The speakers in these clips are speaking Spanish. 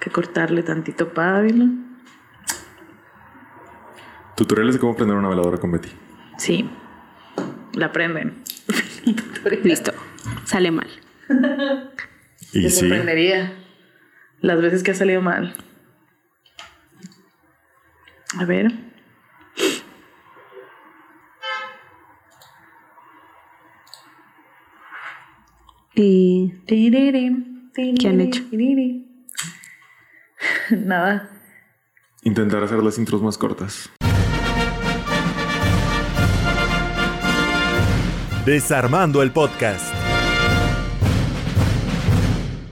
que cortarle tantito pábilo. Tutoriales de cómo prender una veladora con Betty. Sí, la prenden. Listo. Sale mal. Y Te sí, sorprendería las veces que ha salido mal. A ver. Y ¿Qué han hecho? Nada. intentar hacer las intros más cortas. Desarmando el podcast.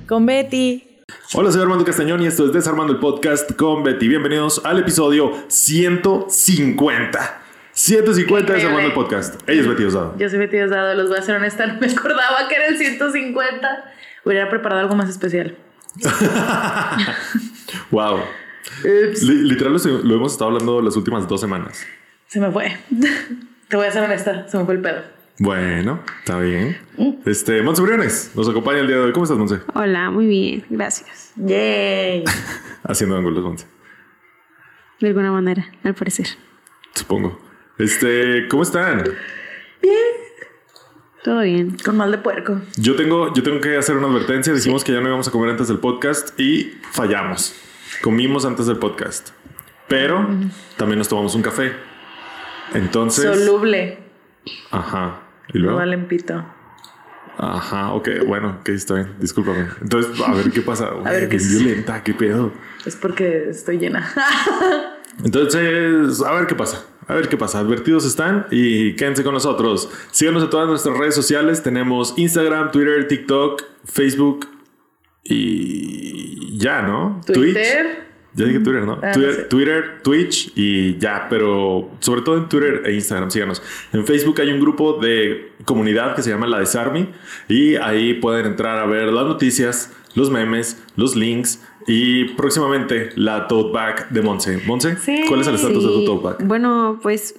Con Betty. Hola, soy Armando Castañón y esto es Desarmando el Podcast con Betty. Bienvenidos al episodio 150. 150 de Desarmando el Increíble. Podcast. Ella es Betty Osado. Yo soy Betty Osdado, los voy a ser honesta, no me acordaba que era el 150. Hubiera preparado algo más especial. Wow. Ups, Li- literal lo, se- lo hemos estado hablando las últimas dos semanas. se me fue. Te voy a ser honesta, se me fue el pedo. Bueno, está bien. Este, Monse Briones nos acompaña el día de hoy. ¿Cómo estás, Monse? hola, muy bien. Gracias. Yay. Haciendo ángulos, Monse. De alguna manera, al parecer. Supongo. Este, ¿cómo están? Todo bien. Con mal de puerco. Yo tengo, yo tengo que hacer una advertencia. Dijimos que ya no íbamos a comer antes del podcast y fallamos. Comimos antes del podcast, pero también nos tomamos un café. Entonces, Soluble. ajá. Y No luego, valen pito. ajá. Ok, bueno, ok, está bien. Discúlpame. Entonces, a ver qué pasa. Güey, ver qué bien es. violenta, qué pedo. Es porque estoy llena. Entonces, a ver qué pasa. A ver qué pasa. Advertidos están y quédense con nosotros. Síganos en todas nuestras redes sociales. Tenemos Instagram, Twitter, TikTok, Facebook y ya, ¿no? Twitch. Twitter. Ya dije Twitter, ¿no? Ah, no Twitter, sé. Twitter, Twitch y ya, pero sobre todo en Twitter e Instagram, síganos. En Facebook hay un grupo de comunidad que se llama La Desarme y ahí pueden entrar a ver las noticias, los memes, los links y próximamente la tote bag de Monse. Monse, Sí. ¿cuál es el estatus de tu Sí, tote bag? Bueno, pues.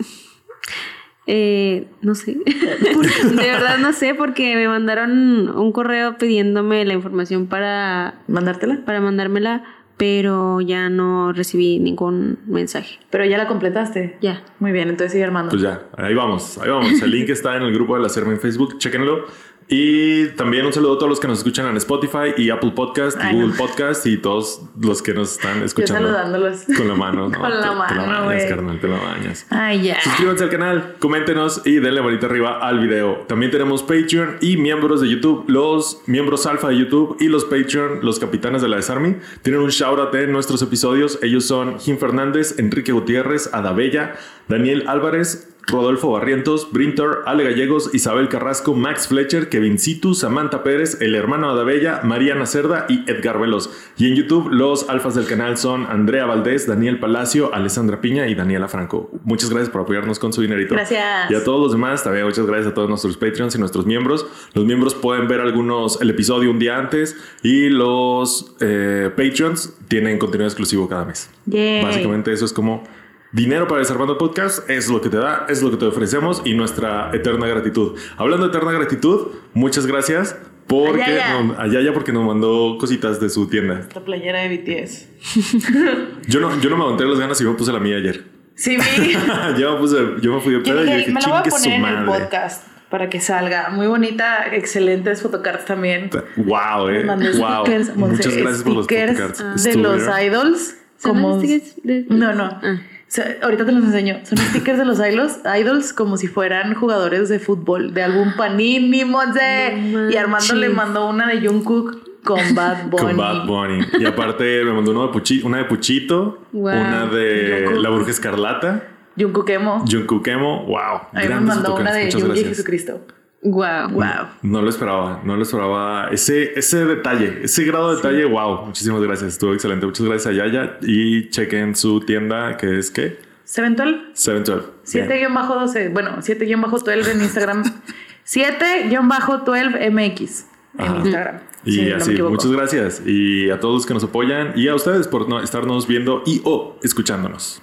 eh, no sé. de verdad no sé, porque me mandaron un correo pidiéndome la información para, Mandártela. para mandármela, pero ya no recibí ningún mensaje. Pero ya la completaste. Ya. Muy bien, entonces sigue armando. Pues ya, ahí vamos, ahí vamos. El link está en el grupo de la CERMA en Facebook, chequenlo. Y también un saludo a todos los que nos escuchan en Spotify y Apple Podcast, Ay, Google no. Podcast y todos los que nos están Yo escuchando. saludándolos. Con la mano, ¿no? Con la Te- Te la mano, bañas, güey. Ah. carnal, te la bañas. Ay, ya. Suscríbanse al canal, coméntenos y denle manita arriba al video. También tenemos Patreon y miembros de YouTube. Los miembros alfa de YouTube y los Patreon, los capitanes de la Desarmy, tienen un shoutout en nuestros episodios. Ellos son Jim Fernández, Enrique Gutiérrez, Adabella, Daniel Álvarez, Rodolfo Barrientos, Brintor, Ale Gallegos, Isabel Carrasco, Max Fletcher, Kevin Situ, Samantha Pérez, el hermano Adabella, Mariana Cerda y Edgar Veloz. Y en YouTube, los alfas del canal son Andrea Valdés, Daniel Palacio, Alessandra Piña y Daniela Franco. Muchas gracias por apoyarnos con su dinerito. Gracias. Y a todos los demás, también muchas gracias a todos nuestros Patreons y nuestros miembros. Los miembros pueden ver algunos, el episodio un día antes y los eh, Patreons tienen contenido exclusivo cada mes. Yay. Básicamente eso es como dinero para Desarmando el Podcast, es lo que te da, es lo que te ofrecemos y nuestra eterna gratitud. Hablando de eterna gratitud, muchas gracias porque Ayaya. no, Ayaya porque nos mandó cositas de su tienda. La playera de BTS. Yo no, yo no me aguanté las ganas y yo me puse la mía ayer. Sí, vi. yo, me puse, yo me fui de Yo peda y dije, dije, me la voy a "Chingue su poner en el madre". podcast para que salga. Muy bonita, excelentes fotocards también. Wow, eh. Mandé Wow. stickers, Monse, Muchas gracias por los stickers podcasts. de Estuvieron- los idols. ¿Son Como... los stickers este de- No, no. Ah. O sea, ahorita te los enseño. Son stickers de los idols, idols como si fueran jugadores de fútbol, de algún panini, Monse. No y Armando le manches. mandó una de Jungkook con Bad Bunny. Con Bad Bunny. Y aparte me mandó uno de Puchi- una de Puchito, Wow. una de Jungkook. La Bruja Escarlata, Jungkook emo. Jungkook Emo. Wow. A mí me grandes mandó una podcasts. de Muchas Jungi gracias. Jesucristo. Wow. Wow. No lo esperaba, no lo esperaba. Ese, ese detalle, ese grado de detalle, wow. Muchísimas gracias, estuvo excelente. Muchas gracias a Yaya y chequen su tienda que es que Seventual 712. Bien. 7-12. Bueno, 7-12 en Instagram. 7-12MX en Ajá. Instagram. Y si no me así, equivoco. muchas gracias. Y a todos los que nos apoyan y a ustedes por no estarnos viendo y o escuchándonos.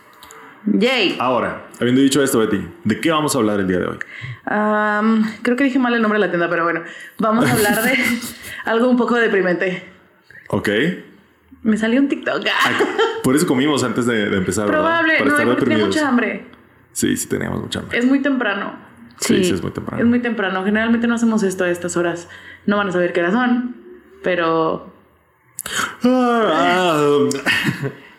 Yay. Ahora, habiendo dicho esto, Betty, ¿de qué vamos a hablar el día de hoy? Am, creo que dije mal el nombre de la tienda, pero bueno, vamos a hablar de algo un poco deprimente. Ok. Me salió un TikTok. Ay, Por eso comimos antes de, de empezar. ¿verdad? Probable. No, Para estar yo tenía deprimidos. mucha hambre. Sí, sí, teníamos mucha hambre. Es muy temprano. Sí, sí, Sí. es muy temprano. Es muy temprano. Generalmente no hacemos esto a estas horas. No van a saber qué horas son. Pero Ah, ah,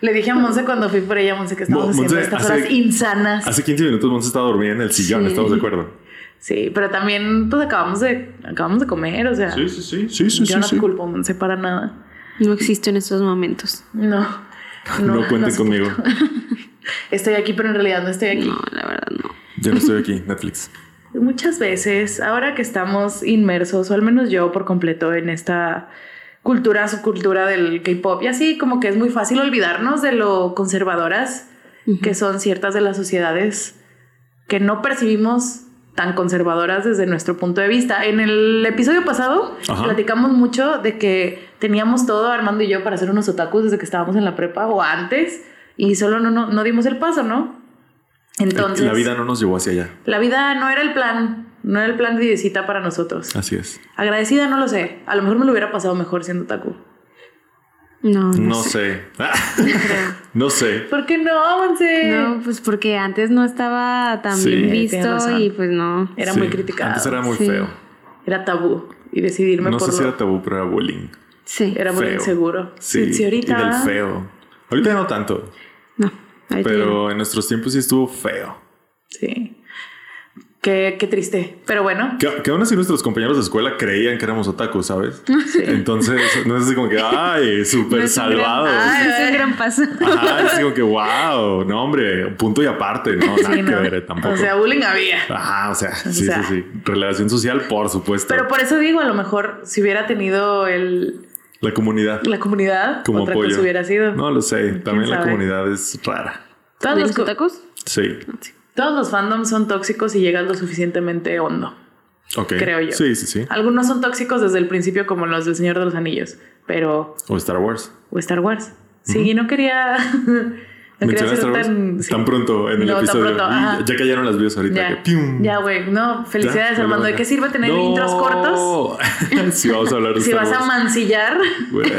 le dije a Monse cuando fui por ella, Monse, que estamos Mo- haciendo Monse, estas hace- horas insanas. hace 15 minutos Monse estaba dormida en el sillón, Sí. estamos de acuerdo. Sí, pero también pues acabamos de, acabamos de comer. O sea, Sí, sí, sí. Sí, sí, yo sí, no sí. te culpo, Monse, para nada. No existo en estos momentos. No. No, cuenten soporto. conmigo. Estoy aquí, pero en realidad no estoy aquí. No, la verdad no. Yo no estoy aquí, Netflix. Muchas veces, ahora que estamos inmersos, o al menos yo por completo, en esta cultura, subcultura del K-pop, y así como que es muy fácil olvidarnos de lo conservadoras que son ciertas de las sociedades que no percibimos tan conservadoras desde nuestro punto de vista. En el episodio pasado Ajá. platicamos mucho de que teníamos todo, Armando y yo, para hacer unos otakus desde que estábamos en la prepa o antes, y solo no, no, no dimos el paso, ¿no? Entonces... Eh, La vida no nos llevó hacia allá. La vida no era el plan, no era el plan de Diosita para nosotros. Así es. Agradecida no lo sé, a lo mejor me lo hubiera pasado mejor siendo taku. No, no, No sé. sé. creo. no sé. ¿Por qué no, Monse? No, pues porque antes no estaba tan Sí. bien Eh, tienes visto razón. y pues no. Era Sí, muy criticado. Antes era muy Sí. feo. Era tabú y decidirme No por sé si lo- era tabú, pero era bullying. Sí, era muy feo. inseguro. Sí. sí ahorita. Y del feo. Ahorita ya no tanto, no. ahorita ya no. pero en nuestros tiempos sí estuvo feo. Sí. Qué, qué triste. Pero bueno, Que, que aún así nuestros compañeros de escuela creían que éramos otakus, ¿sabes? Entonces, no es así como que, ay, súper No es un gran- salvados. Ay, es un gran paso. Ajá, es como que, wow, no, hombre, punto y aparte, no, nada sí, que no. ver, eh, tampoco. o sea, bullying había. Ajá, o sea, sí, sea. sí, sí. Relación social, por supuesto. Pero por eso digo, a lo mejor si hubiera tenido el, la comunidad, la comunidad, como otra apoyo. cosa hubiera sido. No lo sé, también la sabe? comunidad es rara. Todas ¿De las los co- otakus? Sí, Todos los fandoms son tóxicos y llegan lo suficientemente hondo. ok. Creo yo. Sí, sí, sí. Algunos son tóxicos desde el principio, como los del Señor de los Anillos, pero. O Star Wars. o Star Wars. Sí, no quería. no quería Menciona ser Star Wars tan. tan, sí. pronto en el No, tan episodio. pronto, Y ajá. ya cayeron las views ahorita. Ya, que ¡pium! ya, güey. No, felicidades, Ya, Armando. vale, ¿De qué sirve tener No. intros cortos? si vamos a hablar de Si Star vas a Wars. mancillar Güey.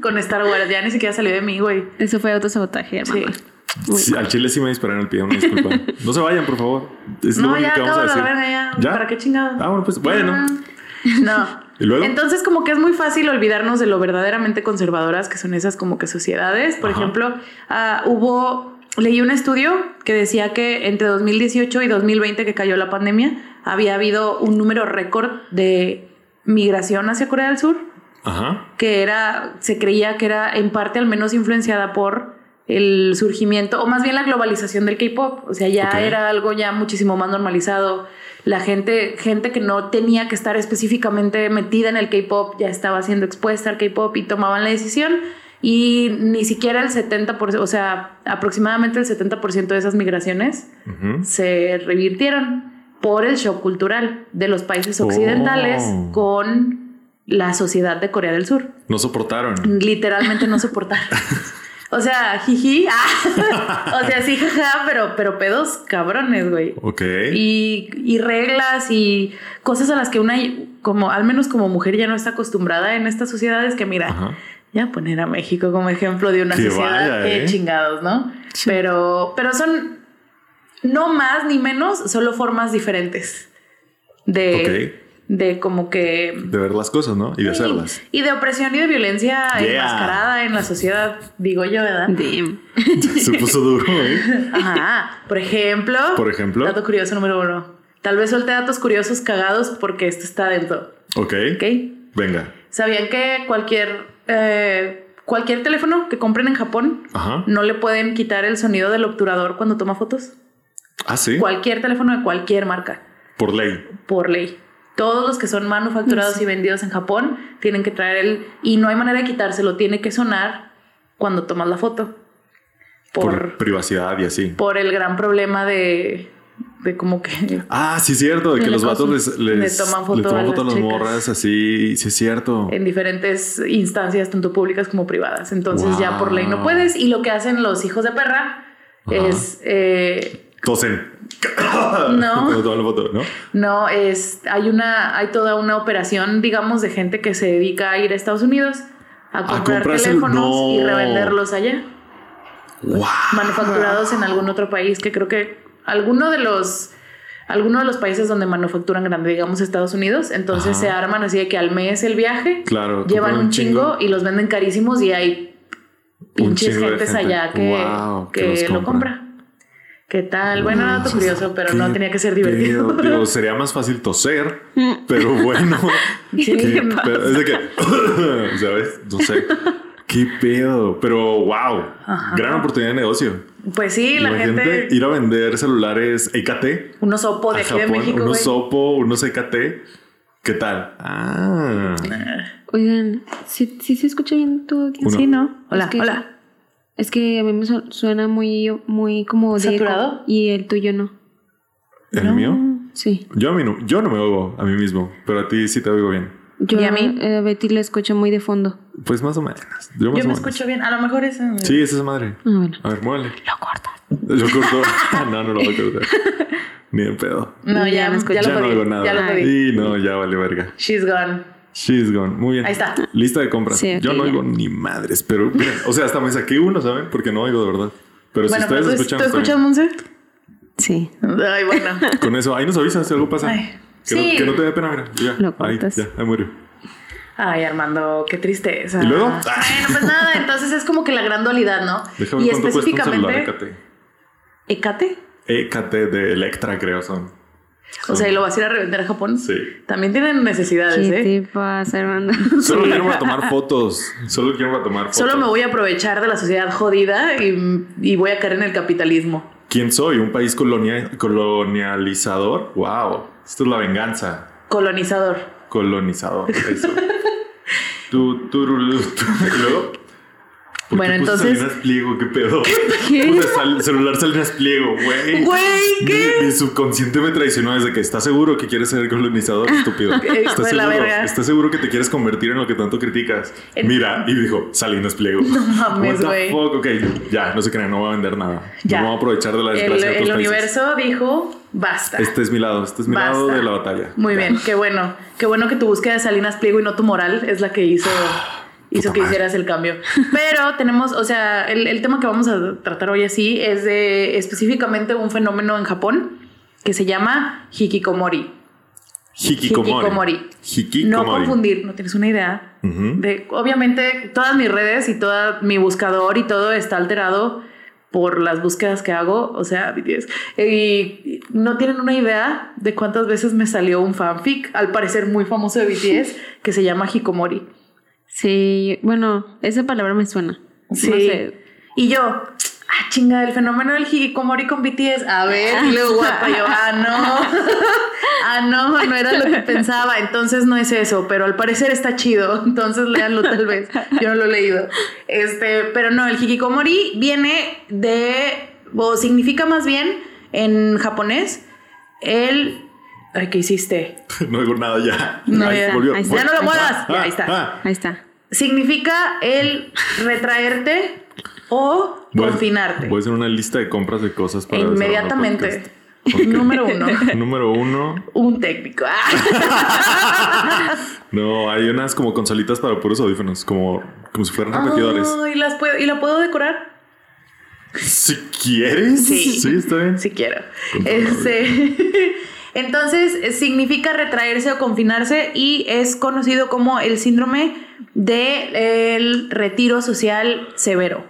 con Star Wars, ya ni siquiera salió de mí, güey. Eso fue autosabotaje, Sí. hermano. Muy Sí, al chile sí me dispararon el pie, una disculpa. No se vayan, por favor. Es lo No, único ya que vamos acabo a de la decir. verga, ya. ¿Ya? ¿Para qué chingados? Ah, bueno, pues bueno. No. ¿Y luego? Entonces, como que es muy fácil olvidarnos de lo verdaderamente conservadoras que son esas como que sociedades. Por Ajá. ejemplo, ah, hubo, leí un estudio que decía que entre 2018 y 2020 que cayó la pandemia, había habido un número récord de migración hacia Corea del Sur, Ajá. que era, se creía que era en parte al menos influenciada por el surgimiento o más bien la globalización del K-pop, o sea, ya Ok. era algo ya muchísimo más normalizado. La gente, gente que no tenía que estar específicamente metida en el K-pop, ya estaba siendo expuesta al K-pop y tomaban la decisión y ni siquiera el 70%, o sea, aproximadamente el 70% de esas migraciones Ujú. se revirtieron por el shock cultural de los países occidentales Oh. con la sociedad de Corea del Sur. No soportaron. Mm. Literalmente no soportaron. O sea, jiji. ah. O sea, sí, jaja, pero, pero pedos cabrones, güey. Ok. Y, y reglas y cosas a las que una, como al menos como mujer, ya no está acostumbrada en estas sociedades que, mira, Ajá. ya poner a México como ejemplo de una Que sociedad vaya, que ¿eh? chingados, ¿no? Pero, pero son no más ni menos, solo formas diferentes de, de como que Ok. De ver las cosas, ¿no? Y de hacerlas. y de opresión y de violencia Yeah. enmascarada en la sociedad, digo yo, ¿verdad? Damn. Se puso duro, ¿eh? Ajá. Por ejemplo, Por ejemplo. dato curioso número uno. Tal vez solté datos curiosos cagados porque esto está dentro. Ok. ¿Ok? Venga. ¿Sabían que cualquier, eh, cualquier teléfono que compren en Japón Ajá. no le pueden quitar el sonido del obturador cuando toma fotos? Ah, sí. Cualquier teléfono de cualquier marca, Por ley. por ley. Todos los que son manufacturados y vendidos en Japón tienen que traer el... Y no hay manera de quitárselo, tiene que sonar cuando tomas la foto. Por, Por, privacidad y así. por el gran problema de, de como que... Ah, sí, es cierto, de que Le los cos- vatos les, le les, toman foto le a toman foto a las las chicas. morras, así, sí, es cierto. en diferentes instancias, tanto públicas como privadas. Entonces ya por ley no Wow. puedes. Y lo que hacen los hijos de perra Ajá. es... eh, Tosen. No. Cuando toman la foto, ¿no? no, es... Hay una... Hay toda una operación, digamos, de gente que se dedica a ir a Estados Unidos a comprar comprar celu- teléfonos no. y revenderlos allá. ¡Wow! manufacturados en algún otro país que creo que alguno de los alguno de los países donde manufacturan grande, digamos Estados Unidos, entonces Ajá. se arman así de que al mes el viaje, Claro, llevan compran un un chingo, chingo. y los venden carísimos y hay pinches chingo de gentes gente. allá que, Wow, que que los lo compra. compra. ¿Qué tal? Bueno, era dato curioso, pero no tenía que ser divertido. Pero, digo, sería más fácil toser, Mm. pero bueno. Sí, Qué pa- pedo. Es de que, ¿sabes? No sé. Qué pedo. Pero wow. Ajá. Gran oportunidad de negocio. pues sí, la gente, Imagínate ir a vender celulares EKT unos sopo a de aquí de Japón, México, unos güey. Oppo, unos EKT. ¿Qué tal? Ah. Oigan, ¿sí, sí se escucha bien todo aquí? Uno. Sí, ¿no? Hola, Es que- hola. Es que a mí me su- suena muy, muy como de... ¿Saturado? Y el tuyo no. ¿El mío? Sí. Yo, a mí no, yo no me oigo a mí mismo, pero a ti sí te oigo bien. Yo ¿Y a mí? eh, Betty lo escucho muy de fondo. Pues más o menos. Yo, más Yo o me menos. escucho bien, a lo mejor es en- Sí, esa es madre. Ah, bueno. A ver, muévele. Lo cortas. Lo cortó. no, no lo voy a cortar. Ni de pedo. No, Ya ya, me escucho. ya, Ya, lo no pedí. oigo nada. Ya lo pedí. y no, ya vale verga. She's gone. She's gone. Muy bien. Ahí está. Lista de compras. Sí, ok, Yo no ya. oigo ni madres, pero miren, o sea, hasta me saqué uno, ¿saben? Porque no oigo de verdad. Pero Pues si bueno, ustedes pero tú, escuchan, ¿tú está bien. escuchas, Monse? Sí. Ay, bueno. con eso, ahí nos avisas si algo pasa. Ay, que, no, sí. que no te dé pena, mira. Ya, Lo ahí, cortas. ya, ahí murió. Ay, Armando, qué tristeza. ¿Y luego? Bueno, pues nada, entonces es como que la gran dualidad, ¿no? Déjame y ver cuánto cuesta un celular específicamente, EKT. Ecate. EKT de Electra, creo son. O sea, y lo vas a ir a revender a Japón. Sí. También tienen Ah, necesidades, ¿Qué ¿eh? te pasa, Armando? Solo quiero para tomar fotos. Solo quiero para tomar fotos. Solo me voy a aprovechar de la sociedad jodida y, y voy a caer en el capitalismo. ¿Quién soy? ¿Un país colonia- colonializador? ¡Wow! Esto es la venganza. Colonizador. colonizador. Eso. tú, tú, tú, tú. Y luego. ¿por Bueno, qué puse entonces- Salinas pliego, qué pedo. Puse sal- celular Salinas pliego, güey. Güey, ¿qué? Mi, mi subconsciente me traicionó desde que estás seguro que quieres ser colonizador, estúpido. Hijo de Estás Ah, la seguro, verga. ¿Estás seguro que te quieres convertir en lo que tanto criticas. Mira, y dijo, Salinas pliego. No mames, güey. Ok, ya, no se crean, no voy a vender nada. Ya. No me voy a aprovechar de la El, desgracia de el otros países. universo dijo, basta. Este es mi lado, este es mi lado Basta. de la batalla. Muy Ya. bien, qué bueno. Qué bueno que tu búsqueda de Salinas Pliego y no tu moral es la que hizo, hizo que Ah, madre. hicieras el cambio. Pero tenemos, o sea, el, el tema que vamos a tratar hoy así es de específicamente un fenómeno en Japón que se llama hikikomori. Hikikomori. Hikikomori. Hikikomori. No confundir, no tienes una idea. Ujú. de, obviamente, todas mis redes y todo mi buscador y todo está alterado por las búsquedas que hago, o sea, BTS. Y no tienen una idea de cuántas veces me salió un fanfic, al parecer muy famoso de BTS, que se llama Hikomori. Sí, bueno, esa palabra me suena. Sí. No sé. Y yo, ah, chinga, el fenómeno del hikikomori con BTS. A ver, y luego guapa, yo, ah, no. Ah, no, no era lo que pensaba. Entonces no es eso, pero al parecer está chido. Entonces léanlo tal vez. Yo no lo he leído. Este, pero no, el hikikomori viene de, o significa más bien en japonés, el. Ay, ¿qué hiciste? No digo nada ya. No, Ahí ya. volvió. Ahí está. Voy. Ya no lo muevas. Ya, ahí está. Ah, ah. Ahí está. Significa el retraerte o Voy a- confinarte. Voy a hacer una lista de compras de cosas para Inmediatamente. desarrollar podcast. Número uno. Ok. Número uno. Un técnico. Ah. No, hay unas como consolitas para puros audífonos, como, como si fueran repetidores. Ay, las puedo- ¿Y la puedo decorar? Si quieres. Sí. está bien. Si quiero. Con Este, Entonces, eh, significa retraerse o confinarse y es conocido como el síndrome del retiro social severo.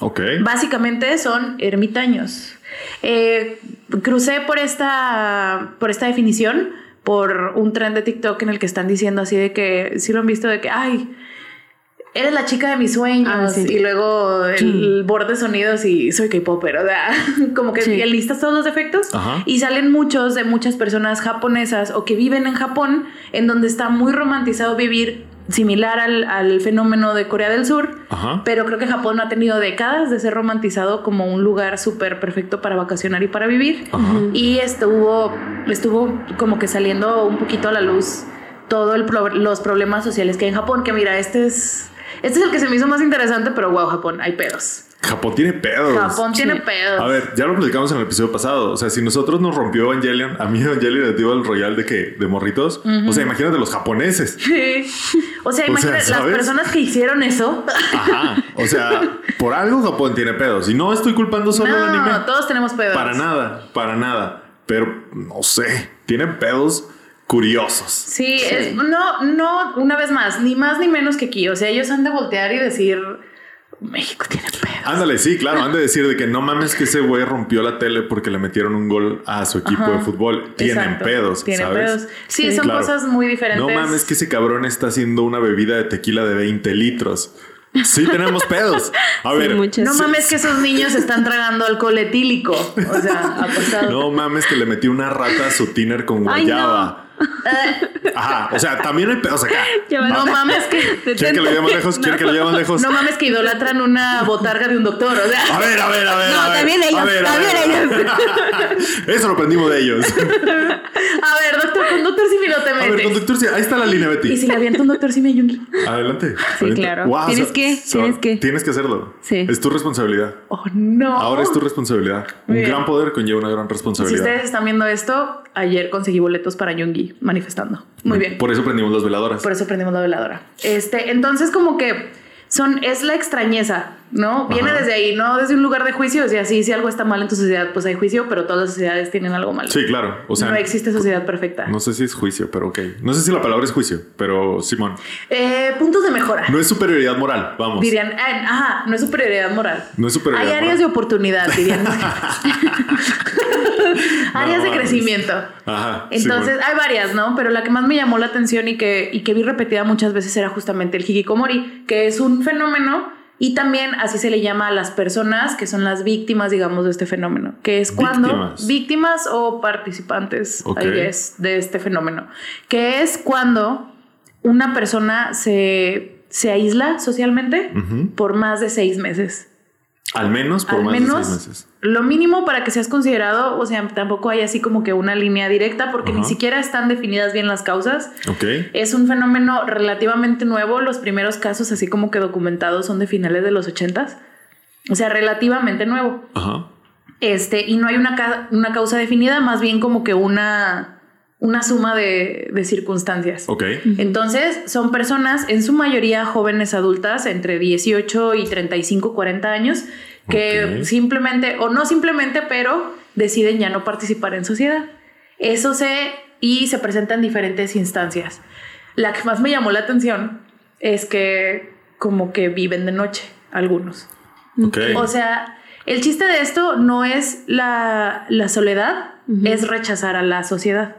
Ok. Básicamente son ermitaños. Eh, crucé por esta, por esta definición por un tren de TikTok en el que están diciendo así de que, si lo han visto, de que, ay, eres la chica de mis sueños. Ah, sí. Y luego el, Sí. borde de sonidos y soy K-Popper, o sea, como que Sí. listas todos los defectos. Ajá. Y salen muchos de muchas personas japonesas o que viven en Japón, en donde está muy romantizado vivir similar al, al fenómeno de Corea del Sur. Ajá. Pero creo que Japón ha tenido décadas de ser romantizado como un lugar súper perfecto para vacacionar y para vivir. Ajá. Y estuvo, estuvo como que saliendo un poquito a la luz todos los problemas sociales que hay en Japón. Que mira, este es, este es el que se me hizo más interesante, pero wow, Japón, hay pedos. Japón tiene pedos. Japón tiene pedos. A ver, ya lo platicamos en el episodio pasado. O sea, si nosotros nos rompió Evangelion, a mí Evangelion le dio el royal de que de morritos. O sea, imagínate los japoneses. O sea, imagínate las ¿sabes? personas que hicieron eso. Ajá. O sea, por algo Japón tiene pedos. Y no estoy culpando solo al anime. No, todos tenemos pedos. Para nada, para nada. Pero no sé, tiene pedos curiosos. Sí, Sí. es- no, no, una vez más, ni más ni menos que aquí. O sea, ellos han de voltear y decir, México tiene pedos. Ándale, sí, claro, han de decir de que no mames que ese güey rompió la tele porque le metieron un gol a su equipo Ajá. de fútbol. Tienen Exacto, pedos, Tienen ¿sabes? pedos. Sí, Sí. son Claro. cosas muy diferentes. No mames que ese cabrón está haciendo una bebida de tequila de 20 litros. Sí tenemos pedos. A Sí, ver. muchas. No sí, mames que esos niños están tragando alcohol etílico. O sea, apostado. No mames que le metió una rata a su tiner con Ay, guayaba. Ajá, o sea, también hay pedos acá. Ya Eh, No basta. mames que. ¿Quieren que lo lleve más lejos? ¿Quieren que lo lleve más lejos? No mames que idolatran una botarga de un doctor. O sea, A ver, a ver, a ver. No, a ver, también a ellos, ver, a también ver. Eso lo aprendimos de ellos. a ver, doctor, conductor si me lo te A ver, metes. conductor, sí, ahí está la línea, Y Betty. si le avienta un doctor si me ayuda. Adelante. Sí, adelante. claro. Guau, Tienes se- que, se- tienes que. Tienes que hacerlo. Sí. Es tu responsabilidad. Oh, no. Ahora es tu responsabilidad. Muy Un bien. gran poder conlleva una gran Si responsabilidad. ustedes están viendo esto, ayer conseguí boletos para Yungi manifestando. Muy bien. Por eso prendimos las veladoras. Por eso prendimos la veladora. Este, entonces como que son es la extrañeza, ¿no? Viene Ajá. desde ahí, no desde un lugar de juicio, o sea, sí, si algo está mal en tu sociedad, pues hay juicio, pero todas las sociedades tienen algo malo. Sí, claro. O sea, no existe sociedad perfecta. no sé si es juicio, pero ok. No sé si la palabra es juicio, pero Simón, Eh, puntos de mejora. no es superioridad moral. Vamos. Dirían, ah, ajá, no es superioridad moral. No es superioridad Hay áreas moral. de oportunidad, dirían. áreas de mames. crecimiento. Ajá. Entonces, Simón. hay varias, ¿no? Pero la que más me llamó la atención y que, y que vi repetida muchas veces era justamente el hikikomori, que es un fenómeno y también así se le llama a las personas que son las víctimas, digamos, de este fenómeno, que es cuando Víctimas. víctimas o participantes Ok. I guess, de este fenómeno, que es cuando una persona se, se aísla socialmente Ujú. por más de seis meses al menos por al más menos de seis meses. lo mínimo para que seas considerado, o sea, tampoco hay así como que una línea directa porque ni Ajá. siquiera están definidas bien las causas. Ok. Es un fenómeno relativamente nuevo, los primeros casos así como que documentados son de finales de los 80s. O sea, relativamente nuevo. Ajá. Este, y no hay una, ca- una causa definida, más bien como que una, una suma de, de circunstancias. Ok. Entonces, son personas, en su mayoría jóvenes adultas, entre 18 y 35, 40 años, que Ok. simplemente, o no simplemente, pero deciden ya no participar en sociedad. Eso se, y se presenta en diferentes instancias. La que más me llamó la atención es que como que viven de noche, algunos. Ok. O sea, el chiste de esto no es la, la soledad, Ujú. es rechazar a la sociedad.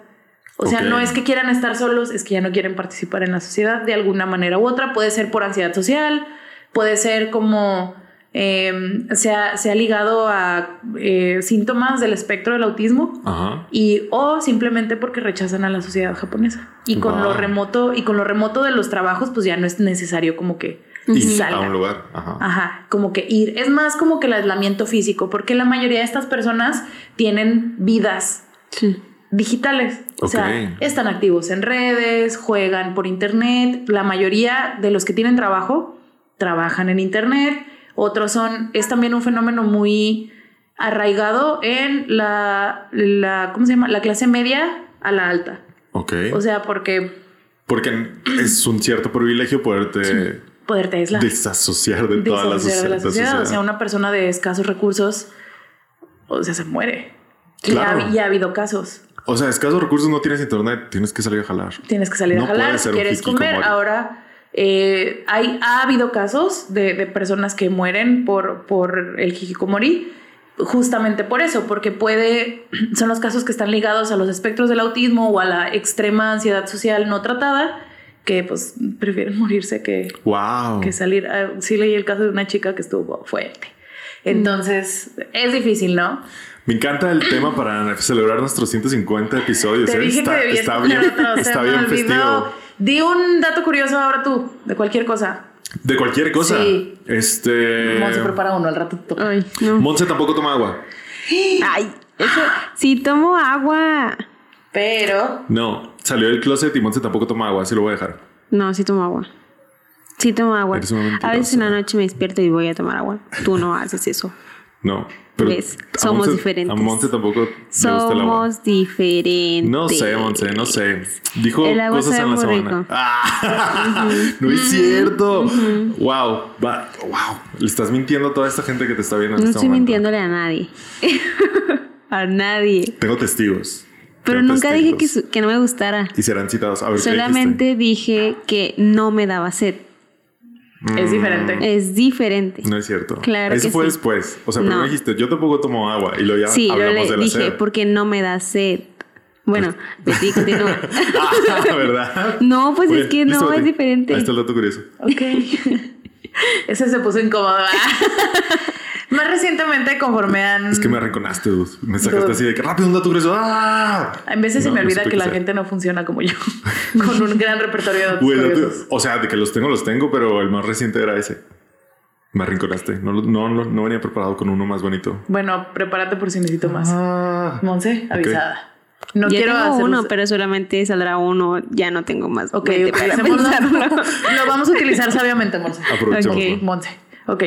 O sea, Ok. no es que quieran estar solos, es que ya no quieren participar en la sociedad de alguna manera u otra. Puede ser por ansiedad social, puede ser como em, se, ha, se ha ligado a eh, síntomas del espectro del autismo Ajá. y o simplemente porque rechazan a la sociedad japonesa. Y con lo Wow. remoto y con lo remoto de los trabajos, pues ya no es necesario como que Y salgan. a un lugar. Ajá. Ajá, como que ir. Es más como que el aislamiento físico, porque la mayoría de estas personas tienen vidas Sí. digitales. O sea, Ok. están activos en redes, juegan por internet. La mayoría de los que tienen trabajo trabajan en internet. Otros son, es también un fenómeno muy arraigado en la, la ¿cómo se llama? La clase media a la alta. Ok. O sea, porque Porque es un cierto privilegio poderte poderte aislar. desasociar de toda la, disociar socie- de la de sociedad. O sea, sociedad. una persona de escasos recursos, o sea, se muere. Y ha- Claro. Y, ha, habido casos. O sea, escasos recursos no tienes internet, tienes que salir a jalar. Tienes que salir No a jalar, puede ser si un quieres comer. hikikomori. Ahora, eh, hay, ha habido casos de, de personas que mueren por, por el hikikomori. Justamente por eso, porque puede, son los casos que están ligados a los espectros del autismo o a la extrema ansiedad social no tratada, que pues prefieren morirse que, Wow. que salir. Ah, sí leí el caso de una chica que estuvo fuerte. Entonces, es difícil, ¿no? Me encanta el tema para celebrar nuestros 150 episodios. Te ¿eh? dije está, que debía está escoger bien, otro, se está me bien olvidó. festivo. Di un dato curioso ahora tú, de cualquier cosa. De cualquier cosa. Sí. Este. Monse prepara uno al rato. tú. Ay, no. Monse tampoco toma agua. Ay, eso. Sí, tomo agua. Pero No, salió del closet y Monse tampoco toma agua. Así lo voy a dejar. No, sí tomo agua. Sí tomo agua. Eres una A veces en la mentirosa. noche me despierto y voy a tomar agua. Tú no haces eso. No. Pero ¿Ves? a Somos Monse- diferentes. A Monse tampoco le gusta el agua. Somos diferentes. No sé, Monse, no sé. Dijo El agua cosas sabe en la muy semana. rico. Ah, no es cierto. Wow, va- wow. Le estás mintiendo a toda esta gente que te está viendo. en No este estoy momento. mintiéndole a nadie. a nadie. Tengo testigos. Pero Tengo nunca dije que, testigos. su- que no me gustara. Y serán citados. A ver, ¿qué Solamente dije que no me daba sed. dijiste? Es Mm, diferente. Es diferente. No es cierto. Claro Eso que fue sí. después. O sea, primero No. dijiste, yo tampoco tomo agua. Y luego ya sí, yo hablamos le de la dije sed. porque no me da sed. Bueno, Betty, continúa. Ah, ¿verdad? No, pues Muy es que bien. Listo, no, es Betty. diferente. Ahí está el dato curioso. Ok. Ese se puso incómodo. ¿verdad? Más recientemente, conforme han. Es que me arrinconaste, dude. Me sacaste Dude. así de que rápido un dato grueso. ¡Ah! A veces se No, me no olvida que supe qué la hacer. gente no funciona como yo, con un gran repertorio de datos Güey, dato- curiosos. o sea, de que los tengo, los tengo, pero el más reciente era ese. Me arrinconaste. No, lo- no, no, no venía preparado con uno más bonito. Bueno, prepárate por si necesito más. Ah. Monse, avisada. No ya quiero tengo hacer uno, usa- pero solamente saldrá uno. Ya no tengo más. Ok, Vete para utilicémoslo. pensarlo. Lo vamos a utilizar sabiamente, Monse. Aprovechemos. Ok. Monse. Ok.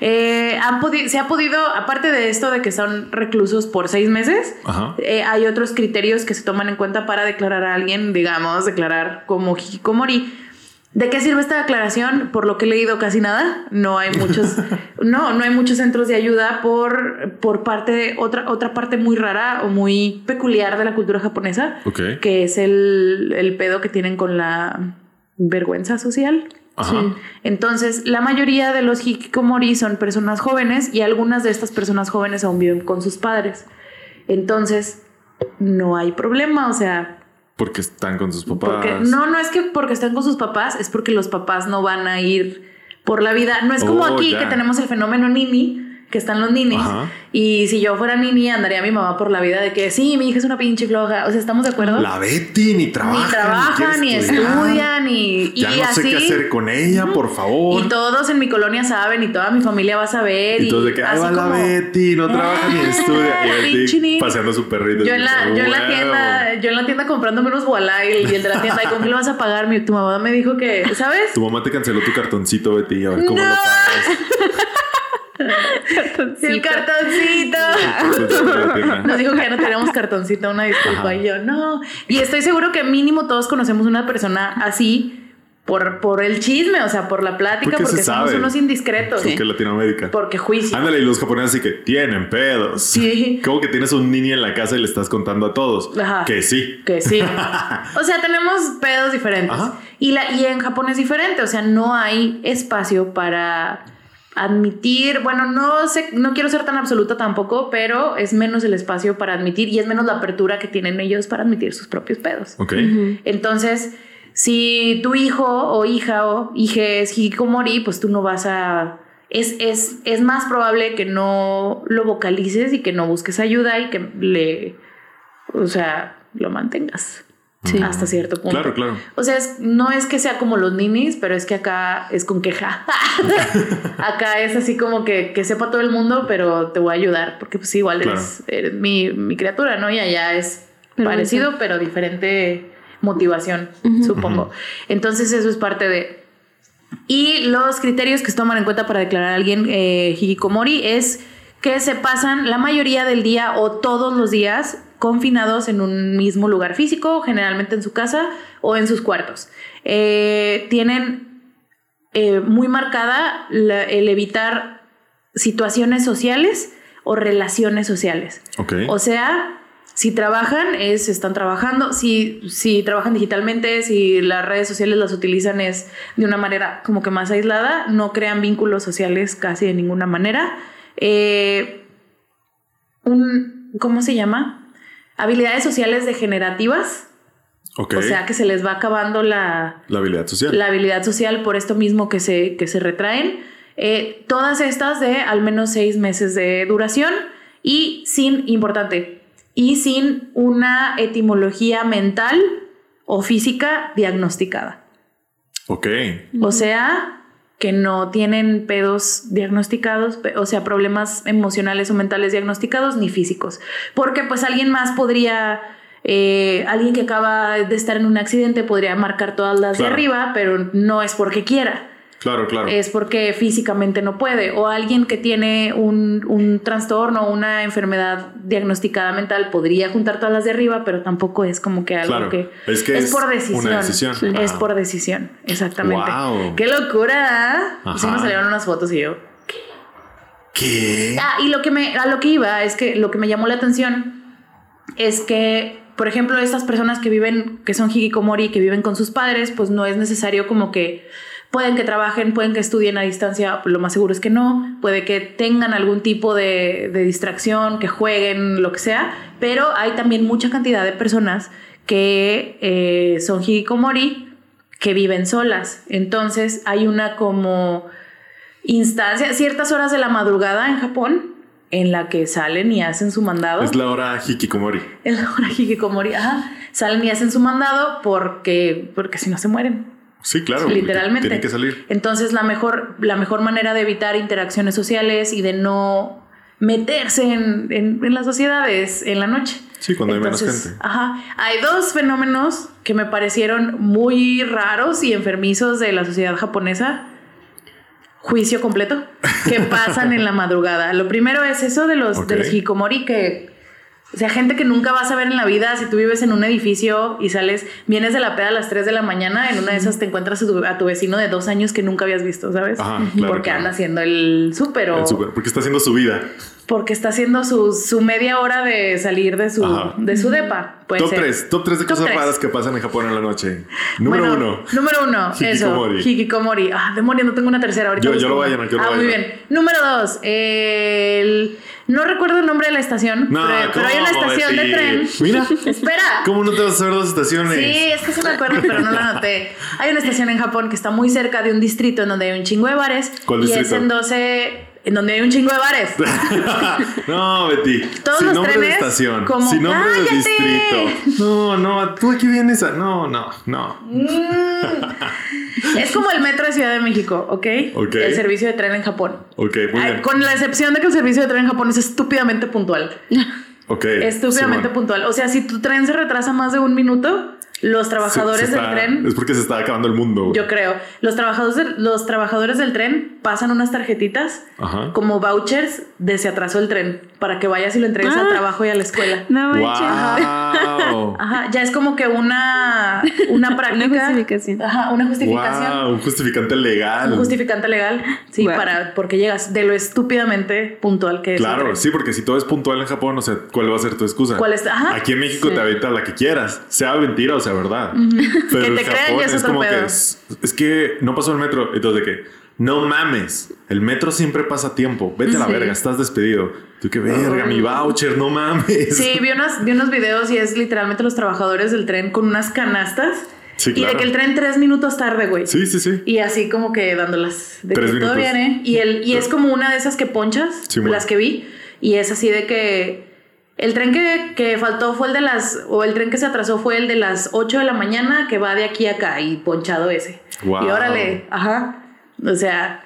Eh, han podi- se ha podido, aparte de esto de que son reclusos por seis meses, Ajá. eh, hay otros criterios que se toman en cuenta para declarar a alguien, digamos, declarar como hikikomori. ¿De qué sirve esta declaración? Por lo que he leído casi nada. No hay muchos, no, no hay muchos centros de ayuda por, por parte de otra, otra parte muy rara o muy peculiar de la cultura japonesa, Ok. que es el, el pedo que tienen con la vergüenza social. Ajá. Entonces, la mayoría de los hikikomori son personas jóvenes y algunas de estas personas jóvenes aún viven con sus padres. Entonces, no hay problema, o sea, Porque están con sus papás. porque no, no es que porque están con sus papás, es porque los papás no van a ir por la vida. No es como Oh, aquí ya. que tenemos el fenómeno nini, que están los ninis. Ajá. Y si yo fuera nini, andaría a mi mamá por la vida de que sí, mi hija es una pinche floja. O sea, ¿estamos de acuerdo? La Betty ni trabaja. ni trabaja, quiere ni estudiar. estudia, ni. Ya y no así, sé qué hacer con ella, por favor. y todos en mi colonia saben y toda mi familia va a saber. Y todos de que, ahí así va la como- Betty, no trabaja ni Ah, la estudia. Y pinche Betty niña. paseando a su perrito. Yo en, la, yo en la Wow. tienda, yo en la tienda comprándome unos voilà y el de la tienda, ¿y con qué lo vas a pagar? Mi, tu mamá me dijo que, ¿sabes? Tu mamá te canceló tu cartoncito, Betty. A ver cómo No. lo pagas. el cartoncito. Nos dijo que ya no teníamos cartoncito, una disculpa. Ajá. Y yo, no. Y estoy seguro que mínimo todos conocemos una persona así por, por el chisme, o sea, por la plática, Porque porque, se somos sabe. unos indiscretos. ¿eh? Porque Latinoamérica. Porque juicio. Ándale, y los japoneses así que tienen pedos. Sí. Como que tienes un niño en la casa y le estás contando a todos. Ajá. Que sí. Que sí. O sea, tenemos pedos diferentes. Ajá. Y, la, y en Japón es diferente. O sea, no hay espacio para admitir. Bueno, no sé, no quiero ser tan absoluta tampoco, pero es menos el espacio para admitir y es menos la apertura que tienen ellos para admitir sus propios pedos. Ok. Entonces, si tu hijo o hija o hije es hikikomori, pues tú no vas a... Es, es, es más probable que no lo vocalices y que no busques ayuda y que le... O sea, lo mantengas Sí. hasta cierto punto. Claro, claro. O sea, es- no es que sea como los ninis, pero es que acá es con queja. acá es así como que, que sepa todo el mundo, pero te voy a ayudar, porque pues igual eres, eres mi, mi criatura, ¿no? Y allá es Pero parecido, pero diferente motivación, supongo. Entonces eso es parte de... Y los criterios que se toman en cuenta para declarar a alguien eh, hikikomori es que se pasan la mayoría del día o todos los días confinados en un mismo lugar físico, generalmente en su casa o en sus cuartos. Eh, tienen eh, muy marcada la- el evitar situaciones sociales o relaciones sociales. Ok. O sea, si trabajan, es están trabajando. Si, si trabajan digitalmente, si las redes sociales las utilizan es de una manera como que más aislada, no crean vínculos sociales casi de ninguna manera. Eh, un, ¿Cómo se llama? Habilidades sociales degenerativas. ok. O sea, que se les va acabando la, la habilidad social. la habilidad social por esto mismo que se, que se retraen. Eh, todas estas de al menos seis meses de duración y sin, importante, y sin una etimología mental o física diagnosticada. Ok. O sea, que no tienen pedos diagnosticados, pe- o sea, problemas emocionales o mentales diagnosticados ni físicos. Porque pues alguien más podría, eh, alguien que acaba de estar en un accidente podría marcar todas las Claro. de arriba, pero no es porque quiera. Claro, claro. es porque físicamente no puede. O alguien que tiene un, un trastorno, una enfermedad diagnosticada mental, podría juntar todas las de arriba, pero tampoco es como que algo Claro. que Es que es por una decisión. decisión. Sí. Ajá. Es por decisión, exactamente. Guau. ¡Qué locura! Ajá. Sí me salieron unas fotos y yo. ¿Qué? Ah, y lo que me, a lo que iba es que lo que me llamó la atención es que, por ejemplo, estas personas que viven, que son hikikomori, que viven con sus padres, pues no es necesario como que pueden que trabajen, pueden que estudien a distancia, lo más seguro es que no, puede que tengan algún tipo de, de distracción, que jueguen, lo que sea, pero hay también mucha cantidad de personas que eh, son hikikomori, que viven solas. Entonces hay una como instancia, ciertas horas de la madrugada en Japón, en la que salen y hacen su mandado. Es la hora Hikikomori. En la hora hikikomori, ajá, salen y hacen su mandado porque, porque si no se mueren. Sí, claro. porque literalmente. Tienen que salir. Entonces la mejor, la mejor manera de evitar interacciones sociales y de no meterse en, en, en la sociedad es en la noche. Sí, cuando hay menos Entonces, gente. Ajá. Hay dos fenómenos que me parecieron muy raros y enfermizos de la sociedad japonesa. Juicio completo. Que pasan en la madrugada. Lo primero es eso de los, de Ok. los hikomori que. O sea, gente que nunca vas a ver en la vida. Si tú vives en un edificio y sales, vienes de la peda a las 3 de la mañana, en una de esas te encuentras a tu, a tu vecino de dos años que nunca habías visto, ¿sabes? Ajá, claro, porque claro. anda haciendo el súper o El super- porque está haciendo su vida. porque está haciendo su, su media hora de salir de su, Ajá. de su depa. Puede top ser. 3. Top 3 de Top cosas tres. raras que pasan en Japón en la noche. Número Bueno, 1. Número uno, Hikikomori. eso. Hikikomori. Ah, demonio, no tengo una tercera ahorita. Yo- yo busco lo voy a una. llenar, yo lo ah, voy a muy llenar. bien. Número dos, el... No recuerdo el nombre de la estación, No, pero, pero hay una ¿cómo, estación de Betty? tren. Mira. Espera. ¿Cómo no te vas a saber dos estaciones? Sí, es que sí me acuerdo, pero no la anoté. Hay una estación en Japón que está muy cerca de un distrito en donde hay un chingo de bares. ¿Cuál y es distrito? en 12... En donde hay un chingo de bares. no, Betty. Todos sin los nombre de trenes, estación. como- sin nombre de ¡Cállate! distrito. No, no. Tú aquí vienes a. No, no, no. Mm. es como el metro de Ciudad de México, ¿ok? Ok. El servicio de tren en Japón. Ok, muy Ay, bien. con la excepción de que el servicio de tren en Japón es estúpidamente puntual. Ok. Estúpidamente Simón. puntual. O sea, si tu tren se retrasa más de un minuto, los Se- trabajadores se está- del tren, Es porque se está acabando el mundo. güey. yo creo, los trabajadores, del- los trabajadores del tren pasan unas tarjetitas Ajá. como vouchers de se atrasó el tren para que vayas y lo entregues al Ah. trabajo y a la escuela. No manches. Wow. Ajá, ya es como que una, una práctica. justificación. Ajá, una justificación. Wow, un justificante legal. Un justificante legal, sí, Bueno. para porque llegas de lo estúpidamente puntual que es. el Claro, tren. sí, porque si todo es puntual en Japón, o sea, ¿cuál va a ser tu excusa? ¿Cuál es? Ajá. Aquí en México Sí. te avienta la que quieras, sea mentira o sea verdad. Pero Que en te crean Japón ya es es otro como que pedo. es, es que no pasó el metro, entonces de que no mames, el metro siempre pasa a tiempo, vete a la Sí. verga, estás despedido. Tú qué verga, mi voucher, no mames. Sí, vi, unas, vi unos videos y es literalmente los trabajadores del tren con unas canastas Sí, y de claro. que el tren tres minutos tarde, güey. sí, sí, sí. Y así como que dándolas de Tres que todo minutos. bien, ¿eh? Y, el, y es como una de esas que ponchas, Sí, bueno. las que vi, y es así de que el tren que, que faltó fue el de las, o el tren que se atrasó fue el de las 8 de la mañana que va de aquí a acá y ponchado ese. Guau. Y órale, ajá. O sea,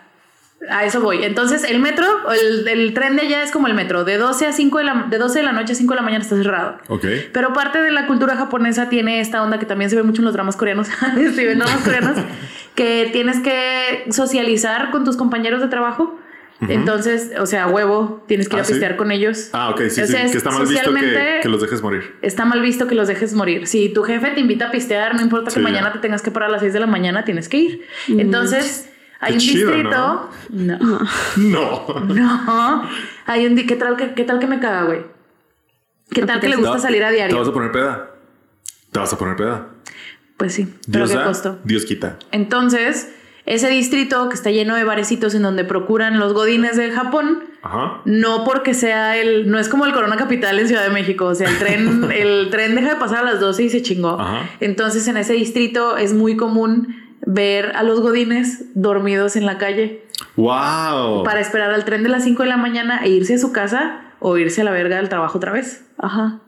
a eso voy. Entonces, el metro, el, el tren de allá es como el metro, de 12 a 5 de la, de 12 de la noche a 5 de la mañana está cerrado. Ok. Pero parte de la cultura japonesa tiene esta onda que también se ve mucho en los dramas coreanos. se ven dramas coreanos. que tienes que socializar con tus compañeros de trabajo. Entonces, o sea, huevo, tienes que ir Ah, a ¿sí? pistear con ellos. Ah, ok, sí, O sea, sí, que está mal visto que, socialmente que los dejes morir. Está mal visto que los dejes morir. Si tu jefe te invita a pistear, no importa que Sí. mañana te tengas que parar a las 6 de la mañana, tienes que ir. Entonces, hay un chido, distrito. No. No. No. Hay un di- ¿Qué tal que, qué tal que me caga, güey? ¿Qué tal que le gusta No, salir a Te vas diario? a poner peda. Te vas a poner peda. Pues sí, pero Dios qué da, costo. Dios quita. Entonces, ese distrito que está lleno de barecitos en donde procuran los godines de Japón, Ajá. no porque sea el, no es como el Corona Capital en Ciudad de México, o sea, el tren, el tren deja de pasar a las 12 y se chingó. Ajá. Entonces, en ese distrito es muy común ver a los godines dormidos en la calle Wow. para esperar al tren de las 5 de la mañana e irse a su casa o irse a la verga del trabajo otra vez. Ajá.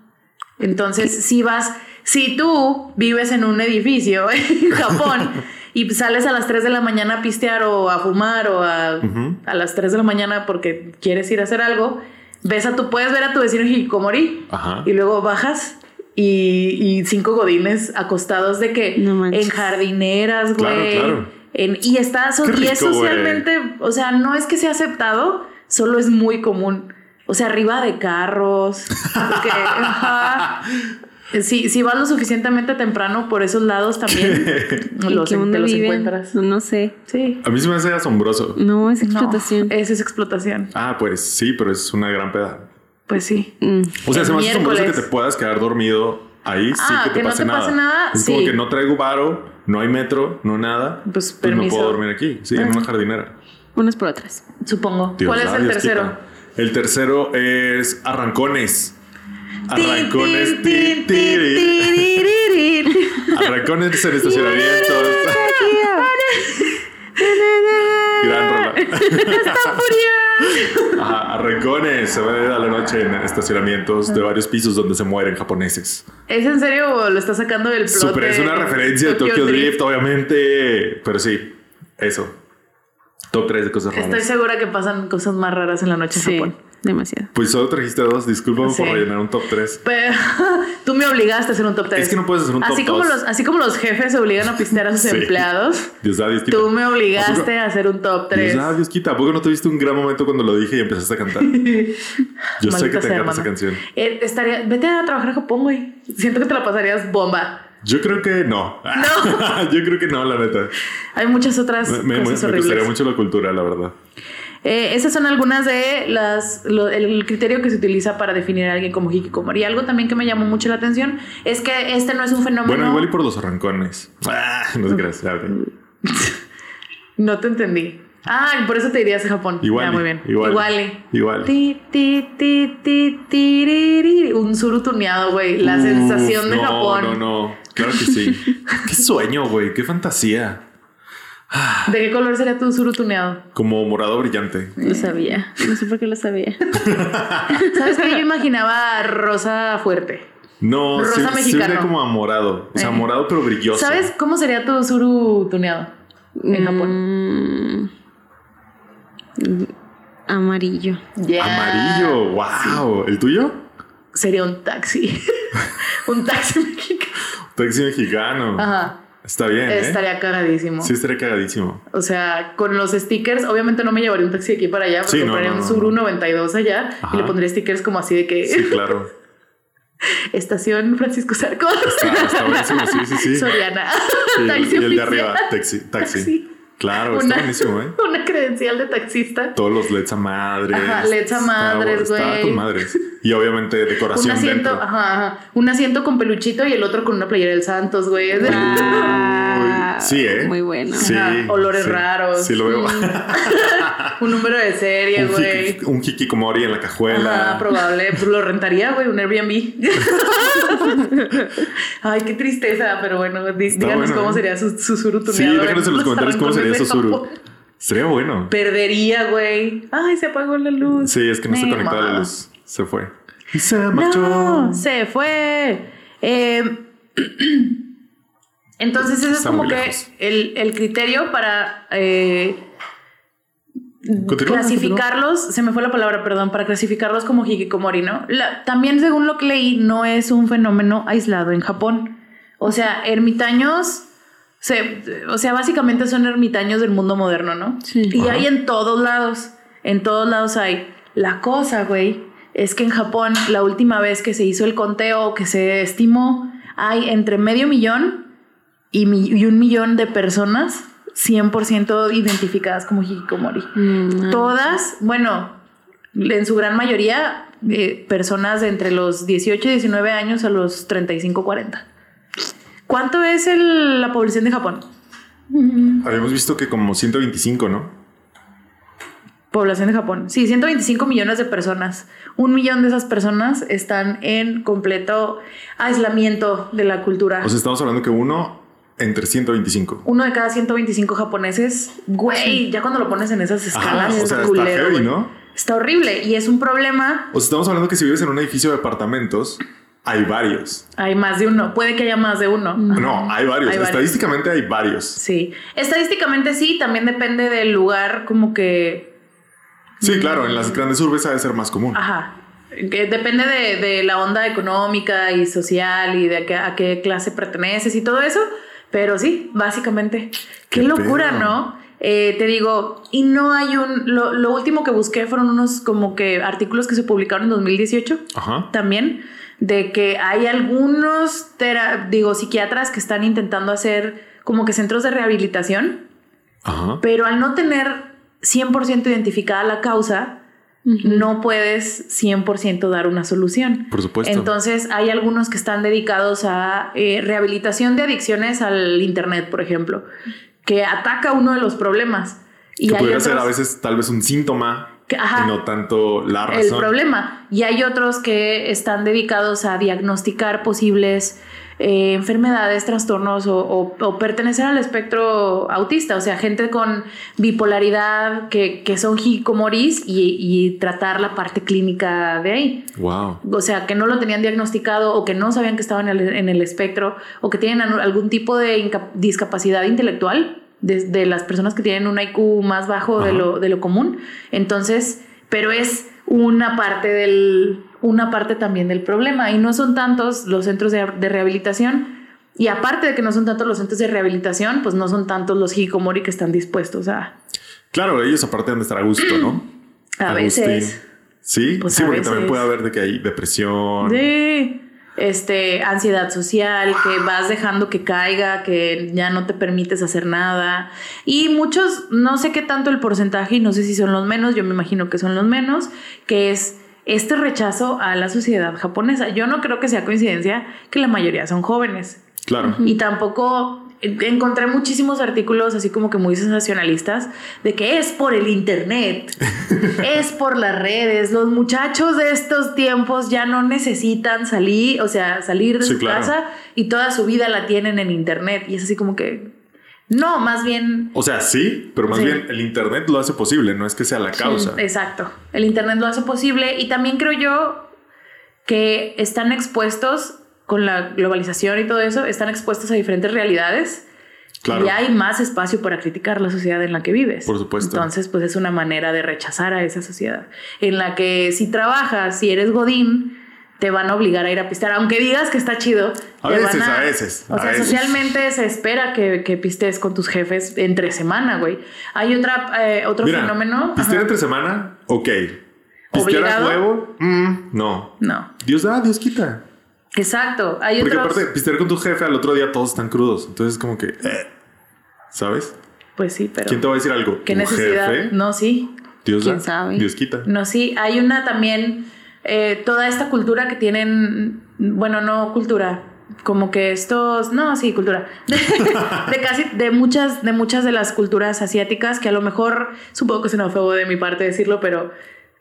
Entonces, si vas, si tú vives en un edificio en Japón y sales a las 3 de la mañana a pistear o a fumar o a, Ujú. a las 3 de la mañana porque quieres ir a hacer algo, ves a tu, puedes ver a tu vecino Hikikomori Ajá. y luego bajas y, y cinco godines acostados de que No manches. en jardineras, Claro, güey. claro. en- y está so- Qué y es rico, güey. socialmente, o sea, no es que sea aceptado, solo es muy común. O sea, arriba de carros, porque, ajá. Si, si vas lo suficientemente temprano por esos lados también ¿En los, qué mundo te los viven? encuentras. No, no sé. Sí. A mí se me hace asombroso. No, es No, explotación. esa es explotación. Ah, pues sí, pero es una gran peda. Pues sí. Mm. O sea, El se me hace asombroso que miércoles. te puedas quedar dormido ahí sin Ah, que te que no pase te nada. pase nada, Es como sí. que no traigo varo, no hay metro, no nada. Pues, me permiso. puedo dormir aquí, sí, en una jardinera. Unas por otras. Supongo. Dios, ¿Cuál es el rayos, tercero? chica. El tercero es arrancones. Tin, Arrancones. tin, tin, tiri, tiri. tin, tirirín. Arrancones en estacionamientos. Gran rola. Ajá, arrancones. Se va a la noche en estacionamientos de varios pisos donde se mueren japoneses. ¿Es en serio o lo está sacando del plot? Super, es de una referencia de Tokyo Drift, obviamente. Pero sí, eso. Top 3 de cosas raras. Estoy segura que pasan cosas más raras en la noche en Sí, Japón. demasiado. Pues solo trajiste dos. Discúlpame Sí. por rellenar un top 3. Pero tú me obligaste a hacer un top 3. Es que no puedes hacer un así top como dos. los Así como los jefes se obligan a pistear a sus Sí. empleados, Dios da, Dios quita. tú me ¿A poco- obligaste a hacer un top 3. Dios, ah, Dios quita. ¿A poco no tuviste un gran momento cuando lo dije y empezaste a cantar? Yo sé que te encanta esa canción. Eh, estaría, vete a trabajar a Japón, güey. Siento que te la pasarías bomba. Yo creo que no. No. Yo creo que no, la neta. Hay muchas otras Me, me- cosas me horribles. gustaría mucho la cultura, la verdad. Eh, esas son algunas de las lo- el criterio que se utiliza para definir a alguien como hikikomori. Y algo también que me llamó mucho la atención es que este no Mm. es un fenómeno. Bueno, igual y por los arrancones. Ah, no te creas. ya, ok. No te entendí. Ah, y por eso te irías a Japón. Igual. Ya, muy bien. Igual. Igual. Igual. Ti, ti, ti, ti, tiririri. Un suru tuneado, güey. La Uf, sensación de no, Japón. No, no, Claro que sí. Qué sueño, güey. Qué fantasía. ¿De qué color sería tu suru tuneado? Como morado brillante. Lo sabía. No sé por qué lo sabía. ¿Sabes qué? Yo imaginaba rosa fuerte. No, Rosa sí, sí mexicano. huele como a morado. O sea, Eh. morado pero brilloso. ¿Sabes cómo sería tu suru tuneado en Japón? Mm. Amarillo. Yeah. Amarillo. Wow. ¿El tuyo? sería un taxi. un taxi mexicano. Taxi mexicano. Ajá. Está bien. ¿eh? Ah, Estaría cagadísimo. Sí, estaría cagadísimo. O sea, con los stickers, obviamente no me llevaría un taxi de aquí para allá, pero Sí, no, compraría no, un no, Suru no. 92 allá Ajá. y le pondría stickers como así de que Sí, claro. estación Francisco Sarcos, Está, está buenísimo. Sí, sí, sí. Soriana, Y, taxi y el de oficial. arriba, taxi. Taxi. Taxi. Claro, está buenísimo, ¿eh? Una credencial de taxista. Todos los LEDs a madres. Ajá, LEDs a Está- madres, Está güey. con madres. Y obviamente Un decoración asiento, dentro. ajá, ajá. un asiento con peluchito y el otro con una playera del Santos, güey. Es de- Ah, sí, ¿eh? Muy bueno. Sí, Ajá, olores sí. raros. Mm, Sí, lo veo. un número de serie, un, güey. hiki- un hikikomori en la cajuela. Ajá, probable. Pues lo rentaría, güey, un Airbnb. Ay, qué tristeza, pero bueno, di- díganos bueno, cómo ¿eh? sería su, su suru sí, tuneado déjanos en los comentarios cómo sería arrancones de Sosuru. Japón. Sería bueno. Perdería, güey. Ay, se apagó la luz. Sí, es que no se Ni conectó la modo. luz. Se fue. Y se marchó. No, se fue. Eh, entonces, ese es Está como muy que lejos. el, el criterio para eh, Continúa, clasificarlos, se me fue la palabra, perdón, para clasificarlos como hikikomori, ¿no? La- también, según lo que leí, no es un fenómeno aislado en Japón. O sea, ermitaños, se- o sea, básicamente son ermitaños del mundo moderno, ¿no? Sí. Y Ajá. hay en todos lados, en todos lados hay. La cosa, güey, es que en Japón, la última vez que se hizo el conteo, que se estimó, hay entre medio millón y, mi- y un millón de personas 100% identificadas como hikikomori. Mm, Todas, bueno, en su gran mayoría, eh, personas de entre los 18 y 19 años a los 35, 40. ¿Cuánto es el- la población de Japón? Habíamos visto que como 125, ¿no? Población de Japón. Sí, 125 millones de personas. Un millón de esas personas están en completo aislamiento de la cultura. O sea, estamos hablando que uno entre 125. Uno de cada 125 japoneses, güey, ya cuando lo pones en esas Ajá, escalas, o es sea, está culero, heavy, güey. ¿no? Está horrible y es un problema. O sea, estamos hablando que si vives en un edificio de apartamentos, hay varios. Hay más de uno, puede que haya más de uno. No, hay varios. Hay varios. Estadísticamente hay varios. Sí, estadísticamente sí, también depende del lugar, como que, Sí, claro, en las grandes urbes ha de ser más común. ajá, que depende de, de la onda económica y social y de a qué, a qué clase perteneces y todo eso, Pero sí, básicamente. Qué, Qué locura, pedo. ¿no? Eh, te digo, y no hay un... Lo, lo último que busqué fueron unos como que artículos que se publicaron en 2018 Ajá. también de que hay algunos, tera- digo, psiquiatras que están intentando hacer como que centros de rehabilitación, Ajá. pero al no tener 100% identificada la causa, no puedes 100% dar una solución. Por supuesto. Entonces hay algunos que están dedicados a eh, rehabilitación de adicciones al Internet, por ejemplo, que ataca uno de los problemas. Y que hay pudiera ser a otros- veces tal vez un síntoma Que- ajá. y no tanto la razón. el problema. Y hay otros que están dedicados a diagnosticar posibles eh, enfermedades, trastornos o, o- o pertenecer al espectro autista, o sea, gente con bipolaridad que, que son hicomoris y, y tratar la parte clínica de ahí. Wow. O sea, que no lo tenían diagnosticado o que no sabían que estaban en el, en el espectro o que tienen anu- algún tipo de inca- discapacidad intelectual desde las personas que tienen un IQ más bajo de Ajá. lo, de lo común. Entonces, pero es una parte del una parte también del problema y no son tantos los centros de, de rehabilitación y aparte de que no son tantos los centros de rehabilitación, pues no son tantos los hikikomori que están dispuestos a Claro, ellos aparte han de estar a gusto, ¿no? a Agustín. veces Sí, Pues sí, a porque también veces. puede haber de que hay depresión. Sí. Este, ansiedad social, que vas dejando que caiga, que ya no te permites hacer nada. Y muchos, no sé qué tanto el porcentaje y no sé si son los menos, yo me imagino que son los menos, que es este rechazo a la sociedad japonesa. Yo no creo que sea coincidencia que la mayoría son jóvenes. Claro. Y tampoco eh, encontré muchísimos artículos así como que muy sensacionalistas de que es por el internet, es por las redes, los muchachos de estos tiempos ya no necesitan salir, o sea, salir de Sí, su claro. casa y toda su vida la tienen en internet y es así como que no, más bien O sea, sí, pero más Sí. bien el internet lo hace posible, no es que sea la causa. Exacto. El Internet lo hace posible y también creo yo que están expuestos con la globalización y todo eso, están expuestos a diferentes realidades Claro. y hay más espacio para criticar la sociedad en la que vives. Por supuesto. Entonces, pues es una manera de rechazar a esa sociedad en la que si trabajas, si eres godín, te van a obligar a ir a pistear, aunque digas que está chido. A te veces, van a veces, O a sea, veces. socialmente se espera que, que pistees con tus jefes entre semana, güey. Hay otra, eh, otro Mira, fenómeno. pistear Ajá. entre semana, ok. Pistear a ¿Obligado? huevo, mm, no. No. Dios da, Dios quita. Exacto. Hay Porque otros. aparte, pistear con tu jefe al otro día todos están crudos. Entonces, como que, eh, ¿sabes? Pues sí, pero. ¿Quién te va a decir algo? ¿Qué ¿Tu necesidad? jefe? No, sí. Dios ¿Quién da, sabe? Dios quita. No, sí. Hay una también. eh, toda esta cultura que tienen. Bueno, no cultura. Como que estos. No, sí, cultura. De, de casi. De muchas, de muchas de las culturas asiáticas, que a lo mejor. Supongo que es xenófobo de mi parte decirlo, pero.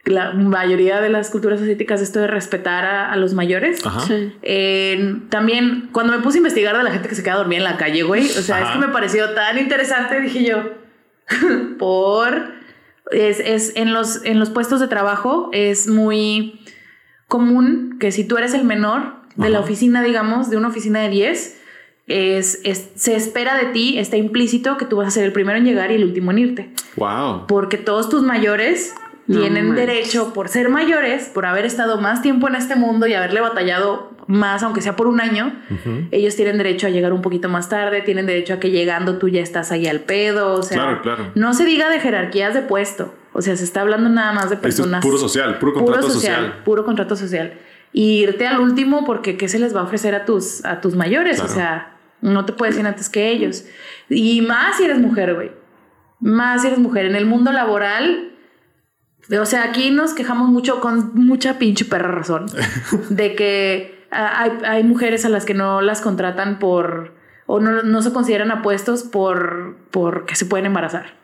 La mayoría de las culturas asiáticas, esto de respetar a, a los mayores. Ajá. Sí. Eh, también, cuando me puse a investigar de la gente que se queda dormida en la calle, güey, o sea, Ajá. es que me pareció tan interesante, dije yo, por... Es, es en, los, en los puestos de trabajo es muy común que si tú eres el menor de la Ajá. oficina, digamos, de una oficina de 10, es, es- se espera de ti, está implícito que tú vas a ser el primero en llegar y el último en irte Wow. porque todos tus mayores No tienen manches. derecho por ser mayores, por haber estado más tiempo en este mundo y haberle batallado más, aunque sea por un año, Ujú. ellos tienen derecho a llegar un poquito más tarde, tienen derecho a que llegando tú ya estás ahí al pedo, o sea, Claro, claro. no se diga de jerarquías de puesto, o sea, se está hablando nada más de Esto es personas puro social, puro puro contrato social, social. puro contrato social. Y irte al último porque qué se les va a ofrecer a tus a tus mayores, Claro. o sea, no te puedes ir antes que ellos. Y más si eres mujer, güey. Más si eres mujer en el mundo laboral o sea, aquí nos quejamos mucho con mucha pinche perra razón de que ah, hay, hay mujeres a las que no las contratan por o no, no se consideran a puestos por porque se pueden embarazar.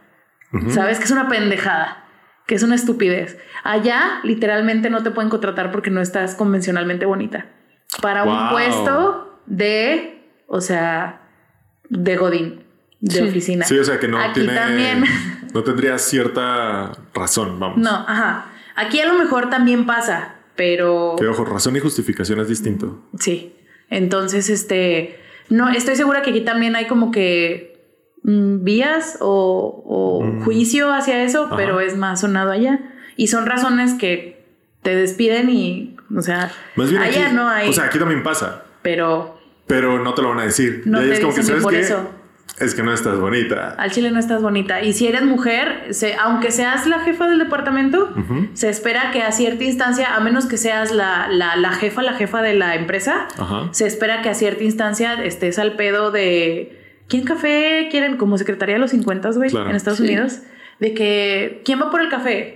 Ujú. Sabes que es una pendejada, que es una estupidez. Allá literalmente no te pueden contratar porque no estás convencionalmente bonita. Para un Wow. puesto de, o sea, de godín, de Sí. oficina. Sí, o sea que no Aquí tiene. también. No tendría cierta razón, vamos. No, ajá. Aquí a lo mejor también pasa, pero Que ojo, razón y justificación es distinto. sí. Entonces, este, no, estoy segura que aquí también hay como que mm, vías o, o Mm. juicio hacia eso, Ajá. pero es más sonado allá. Y son razones que te despiden y, o sea, Más bien. allá aquí- Ah, no hay, O sea, aquí también pasa. pero pero no te lo van a decir. No y ahí te es como que, dicen que ¿sabes por qué? eso. Es que no estás bonita. Al chile no estás bonita. Y si eres mujer, se- aunque seas la jefa del departamento, Mm. se espera que a cierta instancia, a menos que seas la, la, la jefa, la jefa de la empresa, Ajá. se espera que a cierta instancia estés al pedo de. ¿Quién café quieren? Como secretaría de los 50, güey, Claro. en Estados Sí. Unidos. De que. ¿Quién va por el café?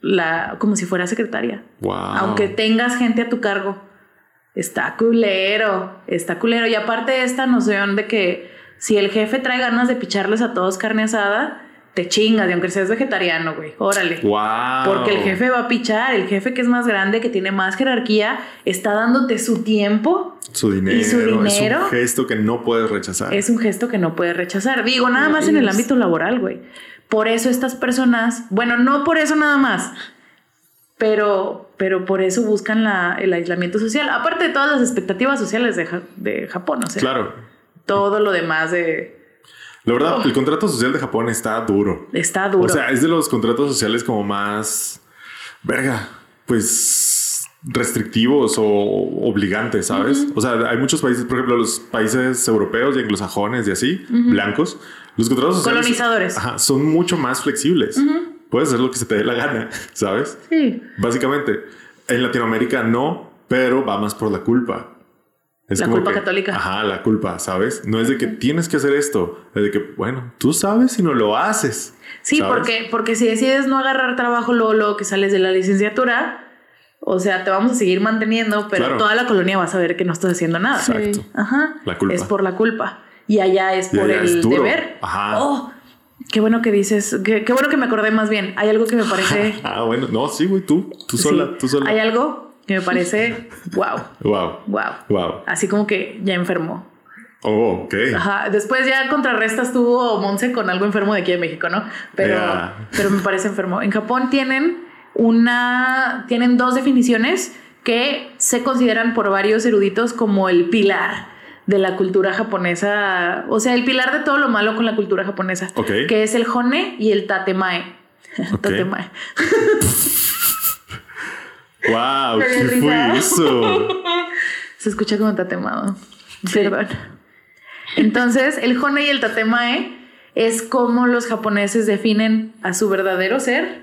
La, como si fuera secretaria. Wow. Aunque tengas gente a tu cargo. Está culero, está culero. Y aparte esta noción de que si el jefe trae ganas de picharles a todos carne asada, te chingas, y aunque seas vegetariano, güey. Órale. Wow. Porque el jefe va a pichar, el jefe que es más grande, que tiene más jerarquía, está dándote su tiempo. Su dinero, ¿Y su es dinero? un gesto que no puedes rechazar. Es un gesto que no puedes rechazar. Digo, nada más en el ámbito laboral, güey. Por eso estas personas, bueno, no por eso nada más, pero, pero por eso buscan la- el aislamiento social. Aparte de todas las expectativas sociales de, Ja- de Japón, o sea, Claro. todo lo demás de, La verdad, el contrato social de Japón está duro. está duro. O sea, es de los contratos sociales como más, verga, pues restrictivos o obligantes, ¿sabes? O sea, hay muchos países, por ejemplo, los países europeos y anglosajones y así, blancos, los contratos sociales... Colonizadores. Ajá, son mucho más flexibles. Puedes hacer lo que se te dé la gana, ¿sabes? sí. Básicamente, en Latinoamérica no, pero va más por la culpa. Es La como culpa que- católica. Ajá, la culpa, ¿sabes? No es de que tienes que hacer esto, es de que, bueno, tú sabes si no lo haces. Sí, ¿sabes? porque, porque si decides no agarrar trabajo luego, luego que sales de la licenciatura, o sea, te vamos a seguir manteniendo, pero Claro. toda la colonia va a saber que no estás haciendo nada. Exacto. Ajá. La culpa. Es por la culpa. Y allá es Y por allá el es duro. deber. Ajá. Oh, qué bueno que dices. Qué, qué bueno que me acordé más bien. Hay algo que me parece. Ah, bueno, no, sí, güey, tú, tú sí, sola, tú sola. Hay algo que me parece. Wow, Wow. wow. Wow. Así como que ya enfermó. Oh, ok. Ajá. Después ya contrarrestas tú o Monse con algo enfermo de aquí de México, ¿no? Pero, Ya. pero me parece enfermo. En Japón tienen una. tienen dos definiciones que se consideran por varios eruditos como el pilar de la cultura japonesa. O sea, el pilar de todo lo malo con la cultura japonesa. Ok. Que es el hone y el tatemae. tatemae. Wow, Me ¿qué dio risa. fue eso? Se escucha como tatemado. Perdón. Entonces, el hone y el tatemae es como los japoneses definen a su verdadero ser,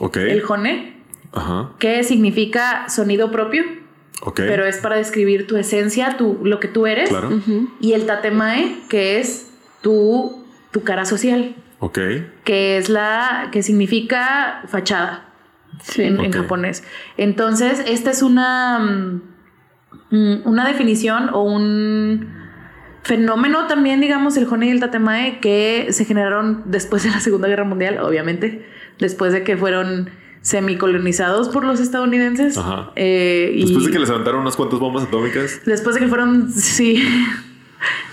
Ok. el hone, Ajá. que significa sonido propio, Ok. pero es para describir tu esencia, tu, lo que tú eres. Claro. Y el tatemae, que es tu, tu cara social, Ok. que es la que significa fachada en, en Ok. japonés. Entonces, esta es una, mm, mm, una definición o un fenómeno también, digamos, el Hone y el Tatemae, que se generaron después de la Segunda Guerra Mundial, obviamente, después de que fueron semicolonizados por los estadounidenses. Ajá. Eh, y Después de que les aventaron unas cuantas bombas atómicas. después de que fueron, sí,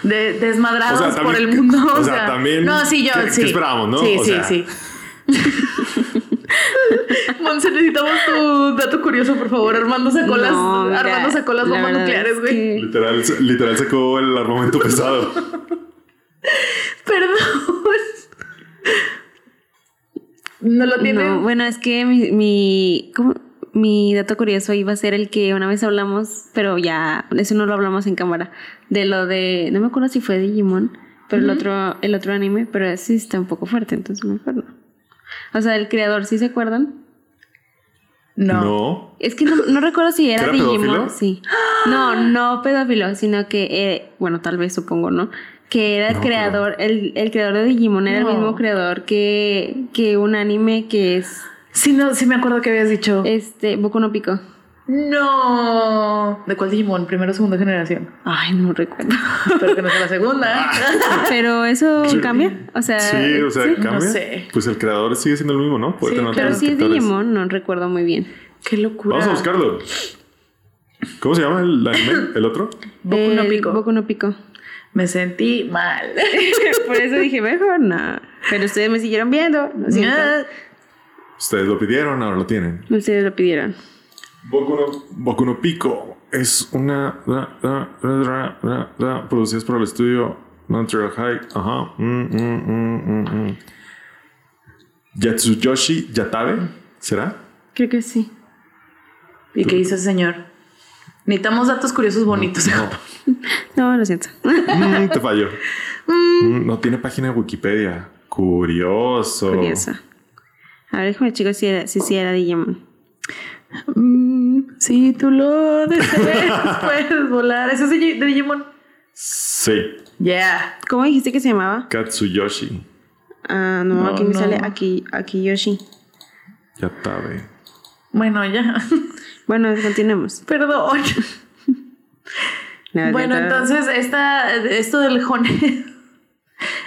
de- desmadrados O sea, por también- el mundo. o sea, también, No, sí, yo, ¿qué- qué sí. esperábamos, no? Sí, O sí, sea. sí. Monse, necesitamos tu dato curioso, por favor. Armando sacó las, No, mira, Armando sacó las la bombas verdad nucleares, es güey. que- Literal, literal sacó el armamento pesado. Perdón. No lo tiene. No, bueno, es que mi, mi, ¿cómo? mi dato curioso iba a ser el que una vez hablamos, pero ya, eso no lo hablamos en cámara, de lo de, no me acuerdo si fue Digimon, pero el otro el otro anime, pero ese está un poco fuerte, entonces no me acuerdo. O sea, el creador, ¿sí se acuerdan? no. No. Es que no, no recuerdo si era, ¿Que era Digimon, pedófilo? sí. No, no pedófilo, sino que, eh, bueno, tal vez supongo, ¿no? Que era el No, creador, el, el creador de Digimon era No. el mismo creador que, que un anime que es, Sí, no, sí me acuerdo que habías dicho. este, Boku no Pico. No. ¿De cuál Digimon? Primera o segunda generación. Ay, no recuerdo. Espero que no sea la segunda. Ah. Pero eso Sí. cambia. O sea, Sí, o sea, sí. cambia. Eh, No sé. Pues el creador sigue siendo el mismo, ¿no? Puede Sí, tener Pero otros si es escritores. Digimon, no recuerdo muy bien. Qué locura. Vamos a buscarlo. ¿Cómo se llama el anime? ¿El otro? Boku no El Pico. Boku no pico. Me sentí mal. Por eso dije, mejor no. Pero ustedes me siguieron viendo. lo siento. Ah, Ustedes lo pidieron, ahora lo tienen. Ustedes lo pidieron. Boku no, Boku no Pico es una ra, ra, ra, ra, ra, producidas por el estudio Montreal High. Ajá. Mm, mm, mm, mm, mm. Yatsuyoshi Yatabe, ¿será? Creo que sí. ¿Y qué hizo ese señor? Necesitamos datos curiosos bonitos. No, lo siento. Mm, te falló. Mm, no tiene página de Wikipedia. Curioso. Curioso. A ver, déjame chicos si era, si, sí era Digimon. Mm, si tú lo deseas, puedes volar. Ese es de Gi- de Digimon. Sí. Yeah. ¿Cómo dijiste que se llamaba? Katsuyoshi. Ah, no, No, aquí me no. sale aquí, aquí Yoshi. Ya tabe. Bueno, ya. Bueno, continuemos. Perdón. La Bueno, verdad- entonces esta, esto del Jone.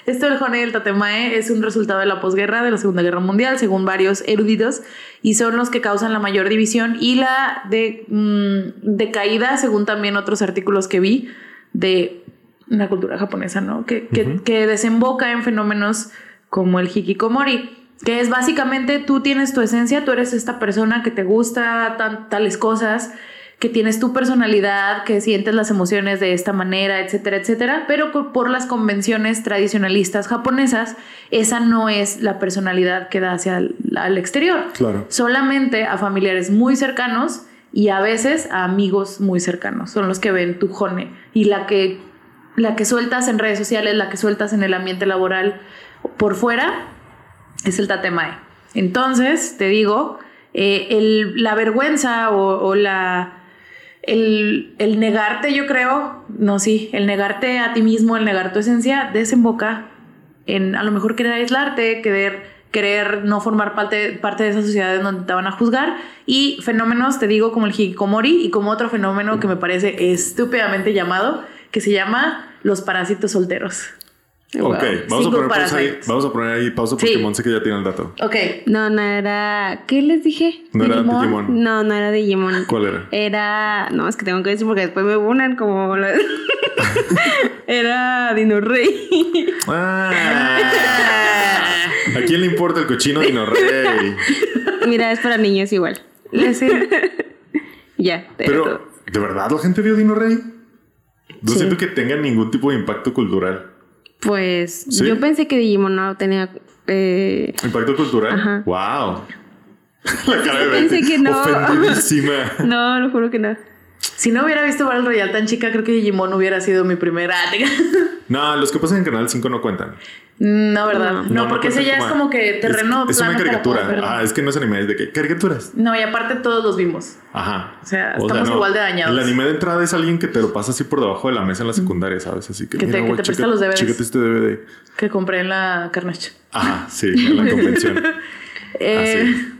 Esto del Jone y el Tatemae es un resultado de la posguerra de la Segunda Guerra Mundial, según varios eruditos, y son los que causan la mayor división y la de, mm, decaída, según también otros artículos que vi, de la cultura japonesa, ¿no? Que, que- Ujú. que desemboca en fenómenos como el hikikomori, que es básicamente tú tienes tu esencia, tú eres esta persona que te gusta tan- tales cosas, que tienes tu personalidad, que sientes las emociones de esta manera, etcétera, etcétera, pero co- por las convenciones tradicionalistas japonesas, esa no es la personalidad que da hacia el al exterior Claro. solamente a familiares muy cercanos y a veces a amigos muy cercanos. Son los que ven tu jone y la que, la que sueltas en redes sociales, la que sueltas en el ambiente laboral por fuera es el tatemae. Entonces, te digo, eh, el- la vergüenza o, o la... El, el negarte, yo creo, no, sí, el negarte a ti mismo, el negar tu esencia, desemboca en a lo mejor querer aislarte, querer, querer no formar parte, parte de esa sociedad en donde te van a juzgar. Y fenómenos, te digo, como el hikikomori y como otro fenómeno que me parece estúpidamente llamado, que se llama los parásitos solteros. Ok, vamos a, Cinco poner pausa ahí, parasites. vamos a poner ahí pausa porque Sí. Monse que ya tiene el dato. Ok, No, no era. ¿Qué les dije? No era Digimon, Digimon. No, no era Digimon. ¿Cuál era? Era. No, es que tengo que decir porque después me unan como. la- era Dino Rey. Ah. ¿A quién le importa el cochino Dino Rey? Mira, es para niños igual. ya. era todo. Pero, ¿de verdad la gente vio Dino Rey? No siento que tenga ningún tipo de impacto cultural. Pues ¿Sí? yo pensé que Digimon no tenía. eh, ¿Impacto cultural? Ajá. ¡Wow! La cara de Pensé Betty, que no. Ofendidísima. No, lo juro que no. si no hubiera visto Battle Royale tan chica, creo que Digimon hubiera sido mi ah, primera. No, los que pasan en Canal 5 no cuentan. no, ¿verdad? No, no porque ese cuentan ya es como que terreno Es, es una plano para poder verlo. caricatura. Ah, es que no es anime, es de que caricaturas. No, y aparte todos los vimos. Ajá. O sea, estamos igual de dañados. El anime de entrada es alguien que te lo pasa así por debajo de la mesa en la secundaria, ¿sabes? Así que, Que te- que güey, te presta checa- los DVDs. Chécate este DVD. Que compré en la Carnage. Ajá, sí, en la convención. Ah, Eh,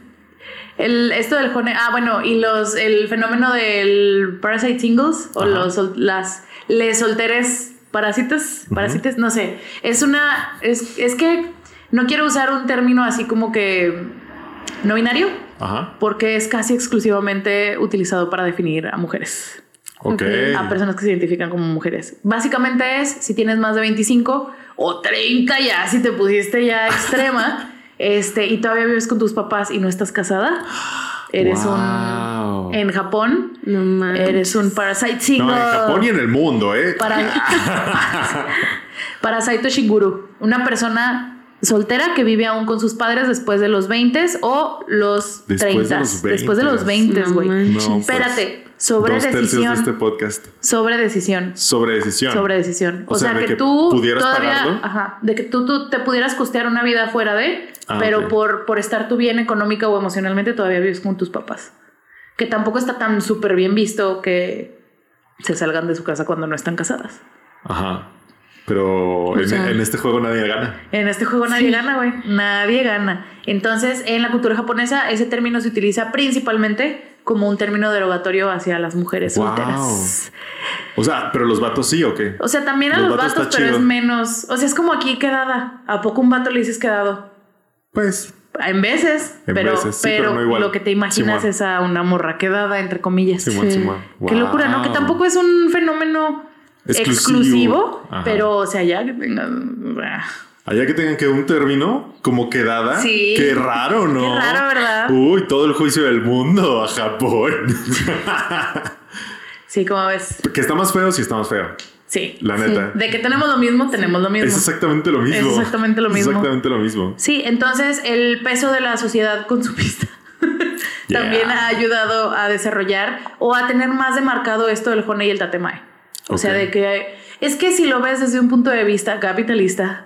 el, esto del jone. Ah, bueno, y los el fenómeno del Parasite Singles o Ajá. los sol- las les solteres parásitas, parásites, no sé. Es una. Es, es que no quiero usar un término así como que no binario, Ajá. porque es casi exclusivamente utilizado para definir a mujeres Ok. a personas que se identifican como mujeres. Básicamente es si tienes más de 25 o 30 ya, si te pusiste ya extrema, este, y todavía vives con tus papás y no estás casada, eres Wow. un en Japón, No mames. eres un parasite No, signo. en Japón y en el mundo, ¿eh? para Parasite Shinguru, una persona soltera que vive aún con sus padres después de los 20 o los Después de 30, los después de los 20, 20, güey. No manches. No, pues, Espérate, sobre Dos tercios de decisión, este podcast. sobre decisión. Sobre decisión. Sobre decisión. O O, sea, sea, de que, que tú pudieras todavía, pagarlo. ajá, de que tú, tú te pudieras costear una vida fuera de, Ah, pero ok. por, por estar tú bien económica o emocionalmente todavía vives con tus papás. Que tampoco está tan súper bien visto que se salgan de su casa cuando no están casadas. Ajá. Pero en, sea- en este juego nadie gana. En este juego nadie Sí. gana, güey. Nadie gana. Entonces, en la cultura japonesa, ese término se utiliza principalmente como un término derogatorio hacia las mujeres Wow. solteras. O sea, pero los vatos sí o qué? O sea, también a Los los, vatos vatos, está pero chido. es menos. O sea, es como aquí quedada. ¿A poco un vato le dices quedado? Pues En veces, En pero, veces, sí, pero, pero no igual. lo que te imaginas Simón. es a una morra quedada, entre comillas. Simón, Sí. Simón. Qué Wow. locura, ¿no? Que tampoco es un fenómeno Exclusivo. exclusivo, Ajá. pero o sea, ya que ah, tengas. Allá que tengan que un término como quedada. Sí. Qué raro, ¿no? Uh. Qué raro, ¿verdad? Uy, todo el juicio del mundo a Japón. Sí, como ves. que está más feo, sí está más feo. Sí. La neta. De que tenemos lo mismo, tenemos lo mismo. Es exactamente lo mismo. Es exactamente lo mismo. Exactamente lo mismo. Sí, entonces el peso de la sociedad consumista Yeah. también ha ayudado a desarrollar o a tener más demarcado esto del Hone y el Tatemae. O sea, Ok. de que es que si lo ves desde un punto de vista capitalista,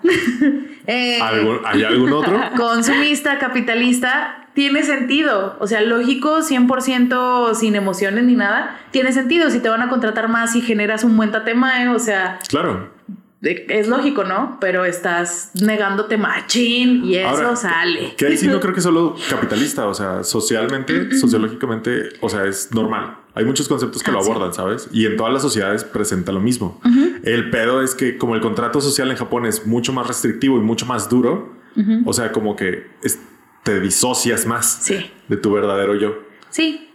eh, ¿Algún- ¿Hay algún otro? consumista, capitalista, tiene sentido. O sea, lógico, 100% sin emociones ni nada, tiene sentido. Si te van a contratar más y generas un buen tatemae, o sea, Claro. de- es lógico, ¿no? Pero estás negándote machín y eso Ahora, sale. Que ahí sí no creo que solo capitalista, o sea, socialmente, sociológicamente, o sea, es normal. Hay muchos conceptos que Ah, lo sí. Mm. abordan, ¿sabes? Y en todas las sociedades presenta lo mismo. El pedo es que como el contrato social en Japón es mucho más restrictivo y mucho más duro, o sea, como que es- te disocias más Sí. de tu verdadero yo. Sí.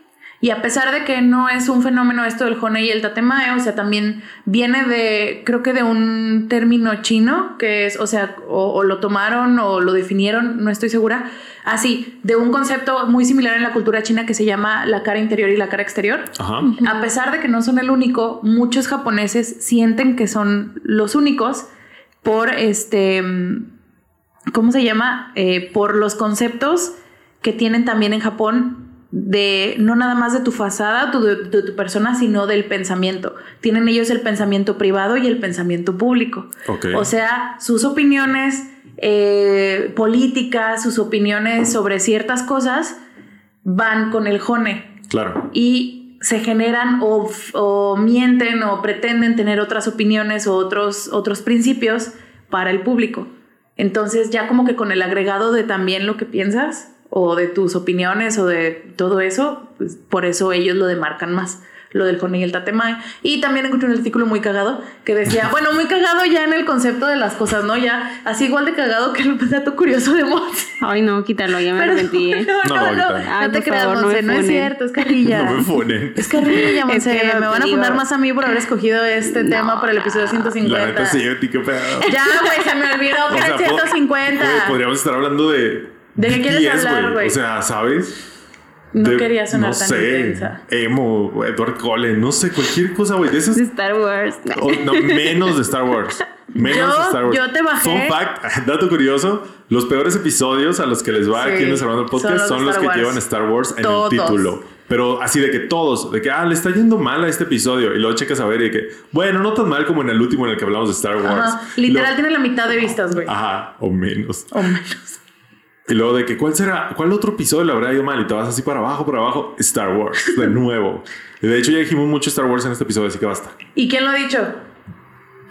Y a pesar de que no es un fenómeno esto del Hone y el Tatemae, o sea, también viene de, creo que de un término chino, que es, o sea, o, o lo tomaron o lo definieron, no estoy segura, así, de un concepto muy similar en la cultura china que se llama la cara interior y la cara exterior. Ajá. A pesar de que no son el único, muchos japoneses sienten que son los únicos por este, mm, ¿cómo se llama? Eh, por los conceptos que tienen también en Japón de no nada más de tu fachada, tu- de, de tu persona, sino del pensamiento. Tienen ellos el pensamiento privado y el pensamiento público. Ok. O sea, sus opiniones eh, políticas, sus opiniones sobre ciertas cosas van con el jone Claro. y se generan o, o mienten o pretenden tener otras opiniones o otros, otros principios para el público. Entonces ya como que con el agregado de también lo que piensas o de tus opiniones o de todo eso, pues, por eso ellos lo demarcan más, lo del Hone y el Tatemae. Y también encontré un artículo muy cagado que decía, bueno, muy cagado ya en el concepto de las cosas, ¿no? Ya así igual de cagado que el dato curioso de Monse. Ay, no, quítalo, ya me arrepentí. ¿eh? No, No no, no, lo voy a no, quitar. Ay, te por creas, favor, no me Monse, no, es funen. cierto, es carrilla. No me funen. Es carrilla, Monse. Es que no me van a te fundar digo. más a mí por haber escogido este No, tema para el episodio La 150. neta sí, a ti qué pedo. Ya, güey, se me olvidó que O era sea, el po- 150. güey, podríamos estar hablando de. ¿De qué quieres BTS, hablar, güey? O sea, ¿sabes? no De- quería sonar no tan sé, intensa. Emo, Edward Cullen, no sé, cualquier cosa, güey. De esas. De Star Wars. o- no, menos de Star Wars. Menos Yo- de Star Wars. yo te bajé. Fun fact, dato curioso: los peores episodios a los que les va Sí, aquí en Desarmando el Podcast son los de son los, Star que Wars. llevan Star Wars en Todos. el título. Pero así de que todos, de que, ah, le está yendo mal a este episodio. Y luego checas a ver y de que, bueno, no tan mal como en el último en el que hablamos de Star Wars. Ajá. Literal Lo- Ah. tiene la mitad de vistas, güey. Oh Ajá, o menos. O menos. Y luego de que, ¿cuál será? ¿Cuál otro episodio le habrá ido mal? Y te vas así para abajo, para abajo. Star Wars, de nuevo. Y de hecho ya dijimos mucho Star Wars en este episodio, así que basta. ¿Y quién lo ha dicho?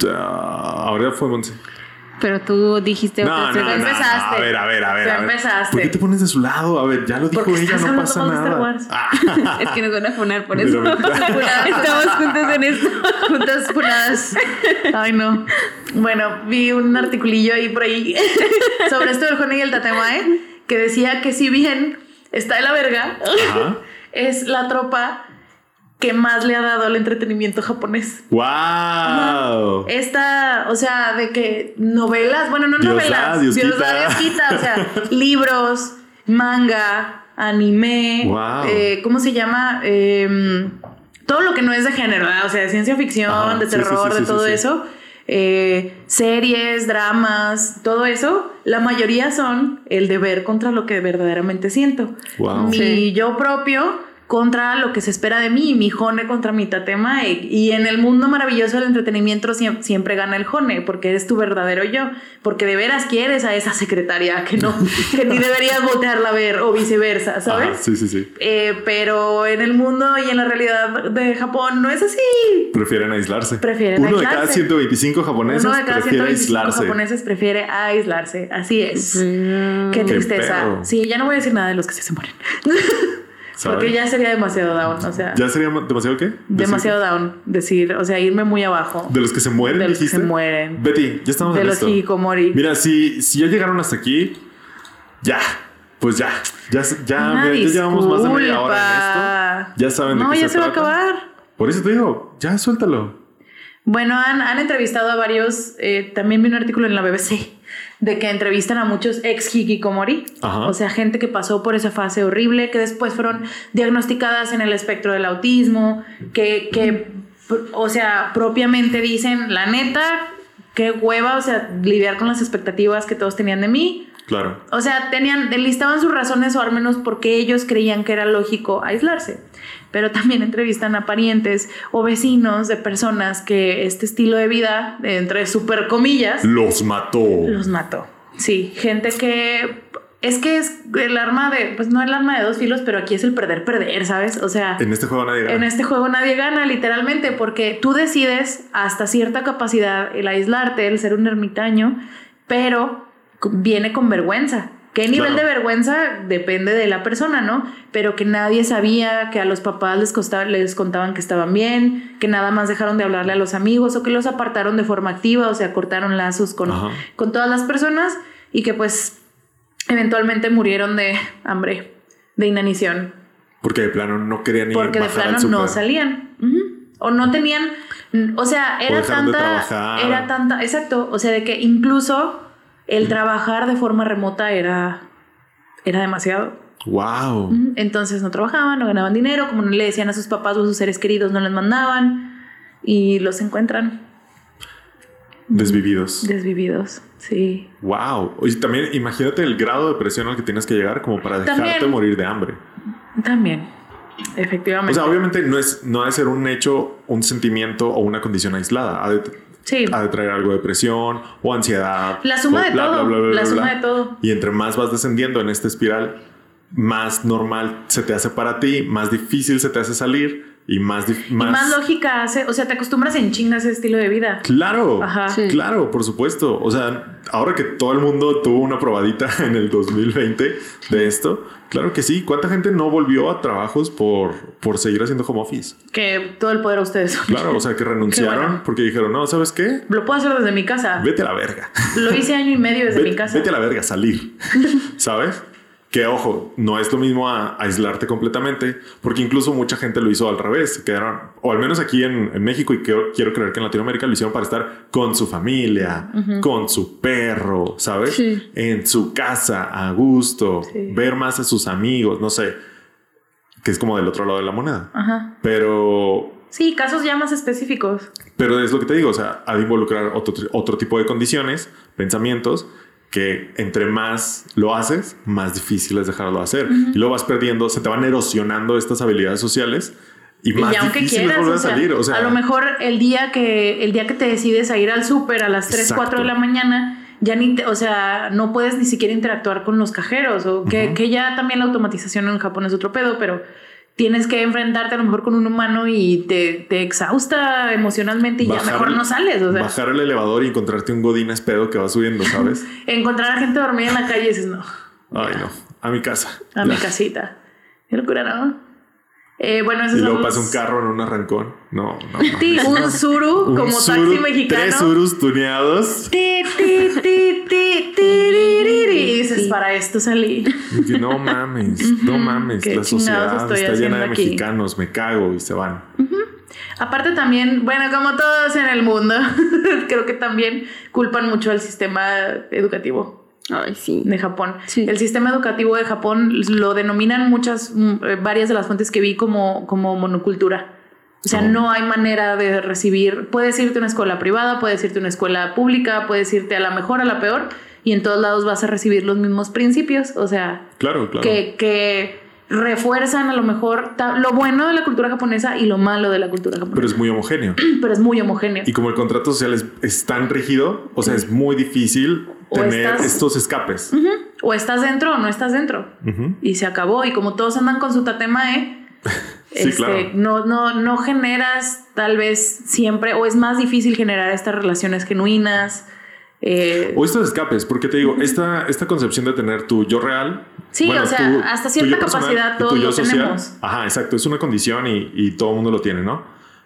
Ah, ahora fue Monse. Pero tú dijiste No, no, otras no, veces. no, empezaste. A ver, a ver, a ver. Tú a ver. empezaste. ¿Por qué te pones de su lado? A ver, ya lo dijo Porque ella, estás no hablando pasa como de nada. Star Wars. Ah, Es que nos van a funar por De eso. verdad. Estamos juntos en esto. Juntas puras. Ay, no. Bueno, vi un articulillo ahí por ahí sobre esto del Hone y el Tatemae que decía que si bien está de la verga, Ajá. es la tropa que más le ha dado al entretenimiento japonés. ¡Wow! Eh, Esta, o sea, de que novelas, bueno, no Dios novelas, da, Dios quita. Dios quita, o sea, libros, manga, anime, Wow. eh, ¿cómo se llama? Eh, todo lo que no es de género, ¿verdad? o sea, de ciencia ficción, Ajá, de sí, sí, terror, sí, de sí, todo sí. eso, eh, series, dramas, todo eso, la mayoría son el deber contra lo que verdaderamente siento. Wow. Mi Sí. yo propio contra lo que se espera de mí, mi jone contra mi tatema. Y, y en el mundo maravilloso del entretenimiento siem- siempre, gana el jone, porque eres tu verdadero yo, porque de veras quieres a esa secretaria que no, que ni deberías voltearla a ver o viceversa, ¿sabes? Ajá, sí, sí, sí. Eh, pero en el mundo y en la realidad de Japón no es así. Prefieren aislarse. Prefieren Uno de cada aislarse. 125 japoneses Uno de cada prefiere 125 aislarse. japoneses prefiere aislarse, así es. Qué tristeza. pedo. sí, ya no voy a decir nada de los que sí se mueren. ¿sabes? Porque ya sería demasiado down, o sea. ¿Ya sería demasiado qué? Decir- demasiado down decir, o sea, irme muy abajo De los que se mueren, de los que se dijiste? mueren, Betty, ya estamos de en los esto. hikikomori. Mira, si, si ya llegaron hasta aquí, ya, pues ya, ya, ya, Una mira, ya llevamos más de media hora en disculpa. esto. Ya saben de No, qué ya se, se va a trata. acabar. Por eso te digo, ya suéltalo. Bueno, han, han entrevistado a varios, eh, también vi un artículo en la BBC de que entrevistan a muchos ex hikikomori, Ajá. o sea, gente que pasó por esa fase horrible, que después fueron diagnosticadas en el espectro del autismo, que, que pr- o sea, propiamente dicen, la neta, qué hueva, o sea, lidiar con las expectativas que todos tenían de mí. Claro. O sea, tenían, listaban sus razones o al menos porque ellos creían que era lógico aislarse. Pero también entrevistan a parientes o vecinos de personas que este estilo de vida, entre super comillas, Los mató. los mató. Sí, gente que es que es el arma de, pues no el arma de dos filos, pero aquí es el perder, perder, ¿sabes? O sea, En este juego nadie gana. en este juego nadie gana, literalmente, porque tú decides hasta cierta capacidad el aislarte, el ser un ermitaño, pero co- viene con vergüenza. ¿Qué nivel Claro. de vergüenza depende de la persona, no? Pero que nadie sabía, que a los papás les, costaba, les contaban que estaban bien, que nada más dejaron de hablarle a los amigos o que los apartaron de forma activa, o sea, cortaron lazos con, Ajá. con todas las personas y que pues eventualmente murieron de hambre, de inanición, Porque de plano no querían ni porque de bajar al plano súper. no salían. Ujú. O no tenían, mm, o sea, era dejaron de tanta, trabajar. era tanta, exacto, o sea, de que incluso el trabajar de forma remota era, era demasiado. Wow. Ujú. Entonces no trabajaban, no ganaban dinero, como no le decían a sus papás o a sus seres queridos, no les mandaban y los encuentran Desvividos. desvividos, sí. Wow. Oye, también imagínate el grado de presión al que tienes que llegar como para dejarte También. morir de hambre. También, O efectivamente. sea, obviamente no es no ha de ser un hecho, un sentimiento o una condición aislada. Ha de, sí, ha de traer algo de presión o ansiedad. la suma ah, o de bla, todo, bla, bla, bla, la bla, suma bla. de todo. Y entre más vas descendiendo en esta espiral, más normal se te hace para ti, más difícil se te hace salir y más... dif- Y más lógica hace, o sea, te acostumbras en chinga a ese estilo de vida. Claro, Ajá. Sí. claro, por supuesto. O sea, ahora que todo el mundo tuvo una probadita en el 2020 de esto, claro que sí. ¿Cuánta gente no volvió a trabajos por, por seguir haciendo home office? Que todo el poder a ustedes. Claro, o sea, que renunciaron bueno. porque dijeron, no, ¿sabes qué? Lo puedo hacer desde mi casa. Vete a la verga. Lo hice año y medio desde vete, mi casa. vete a la verga, salir. ¿Sabes? Que ojo, no es lo mismo a aislarte completamente, porque incluso mucha gente lo hizo al revés. se Quedaron, o al menos aquí en, en México, y quiero, quiero creer que en Latinoamérica lo hicieron para estar con su familia, con su perro, ¿sabes? Sí. En su casa, a gusto, Sí. ver más a sus amigos, no sé, que es como del otro lado de la moneda. Ajá. Pero Sí, casos ya más específicos. pero es lo que te digo, o sea, ha de involucrar otro, otro tipo de condiciones, pensamientos, que entre más lo haces, más difícil es dejarlo hacer. Y lo vas perdiendo, se te van erosionando estas habilidades sociales y Y más aunque difícil es quieras, volver o a sea, salir. O sea, a lo mejor el día que el día que te decides a ir al súper a las 3, Exacto. 4 de la mañana, ya ni, te- o sea, no puedes ni siquiera interactuar con los cajeros o que, Ujú. que ya también la automatización en Japón es otro pedo, pero tienes que enfrentarte a lo mejor con un humano y te, te exhausta emocionalmente y ya Bajar- mejor no sales, o sea, bajar el elevador y encontrarte un godín espedo que va subiendo, ¿sabes? encontrar a gente dormida en la calle dices, no. Ay, no, a mi casa. A Ya. mi casita. Qué locura, ¿no? Eh, bueno, esos Y son luego los- pasa un carro en un arrancón. No, no. no. Sí, un suru Un como suru- taxi mexicano. Tres surus tuneados. Ti, ti, ti, ti, ti, ri, ri, ri. Y dices, para esto salí. Y que, no mames, no mames. Qué La chingados sociedad estoy está llena de haciendo aquí. mexicanos, me cago y se van. Aparte también, bueno, como todos en el mundo, creo que también culpan mucho al sistema educativo. Ay, sí. de Japón. Sí. El sistema educativo de Japón lo denominan muchas, mm, eh, varias de las fuentes que vi como, como monocultura. O sea, Oh. no hay manera de recibir. Puedes irte a una escuela privada, puedes irte a una escuela pública, puedes irte a la mejor, a la peor, y en todos lados vas a recibir los mismos principios. O sea, Claro, claro. que, que refuerzan a lo mejor ta- lo bueno de la cultura japonesa y lo malo de la cultura Pero japonesa. es muy homogéneo. Pero es, muy homogéneo. Y como el contrato social es, es tan rígido, o sea, es muy difícil O tener estás- estos escapes. O estás dentro o no estás dentro. Ujú. y se acabó. Y como todos andan con su tatemae, Sí, este, claro. no, no, no generas tal vez siempre, o es más difícil generar estas relaciones genuinas. eh, O estos escapes, porque te digo, esta, esta concepción de tener tu yo real. Sí, o sea, hasta cierta yo personal capacidad y todos tu yo lo social, tenemos. Ajá, exacto. Es una condición y, y todo el mundo lo tiene, ¿no?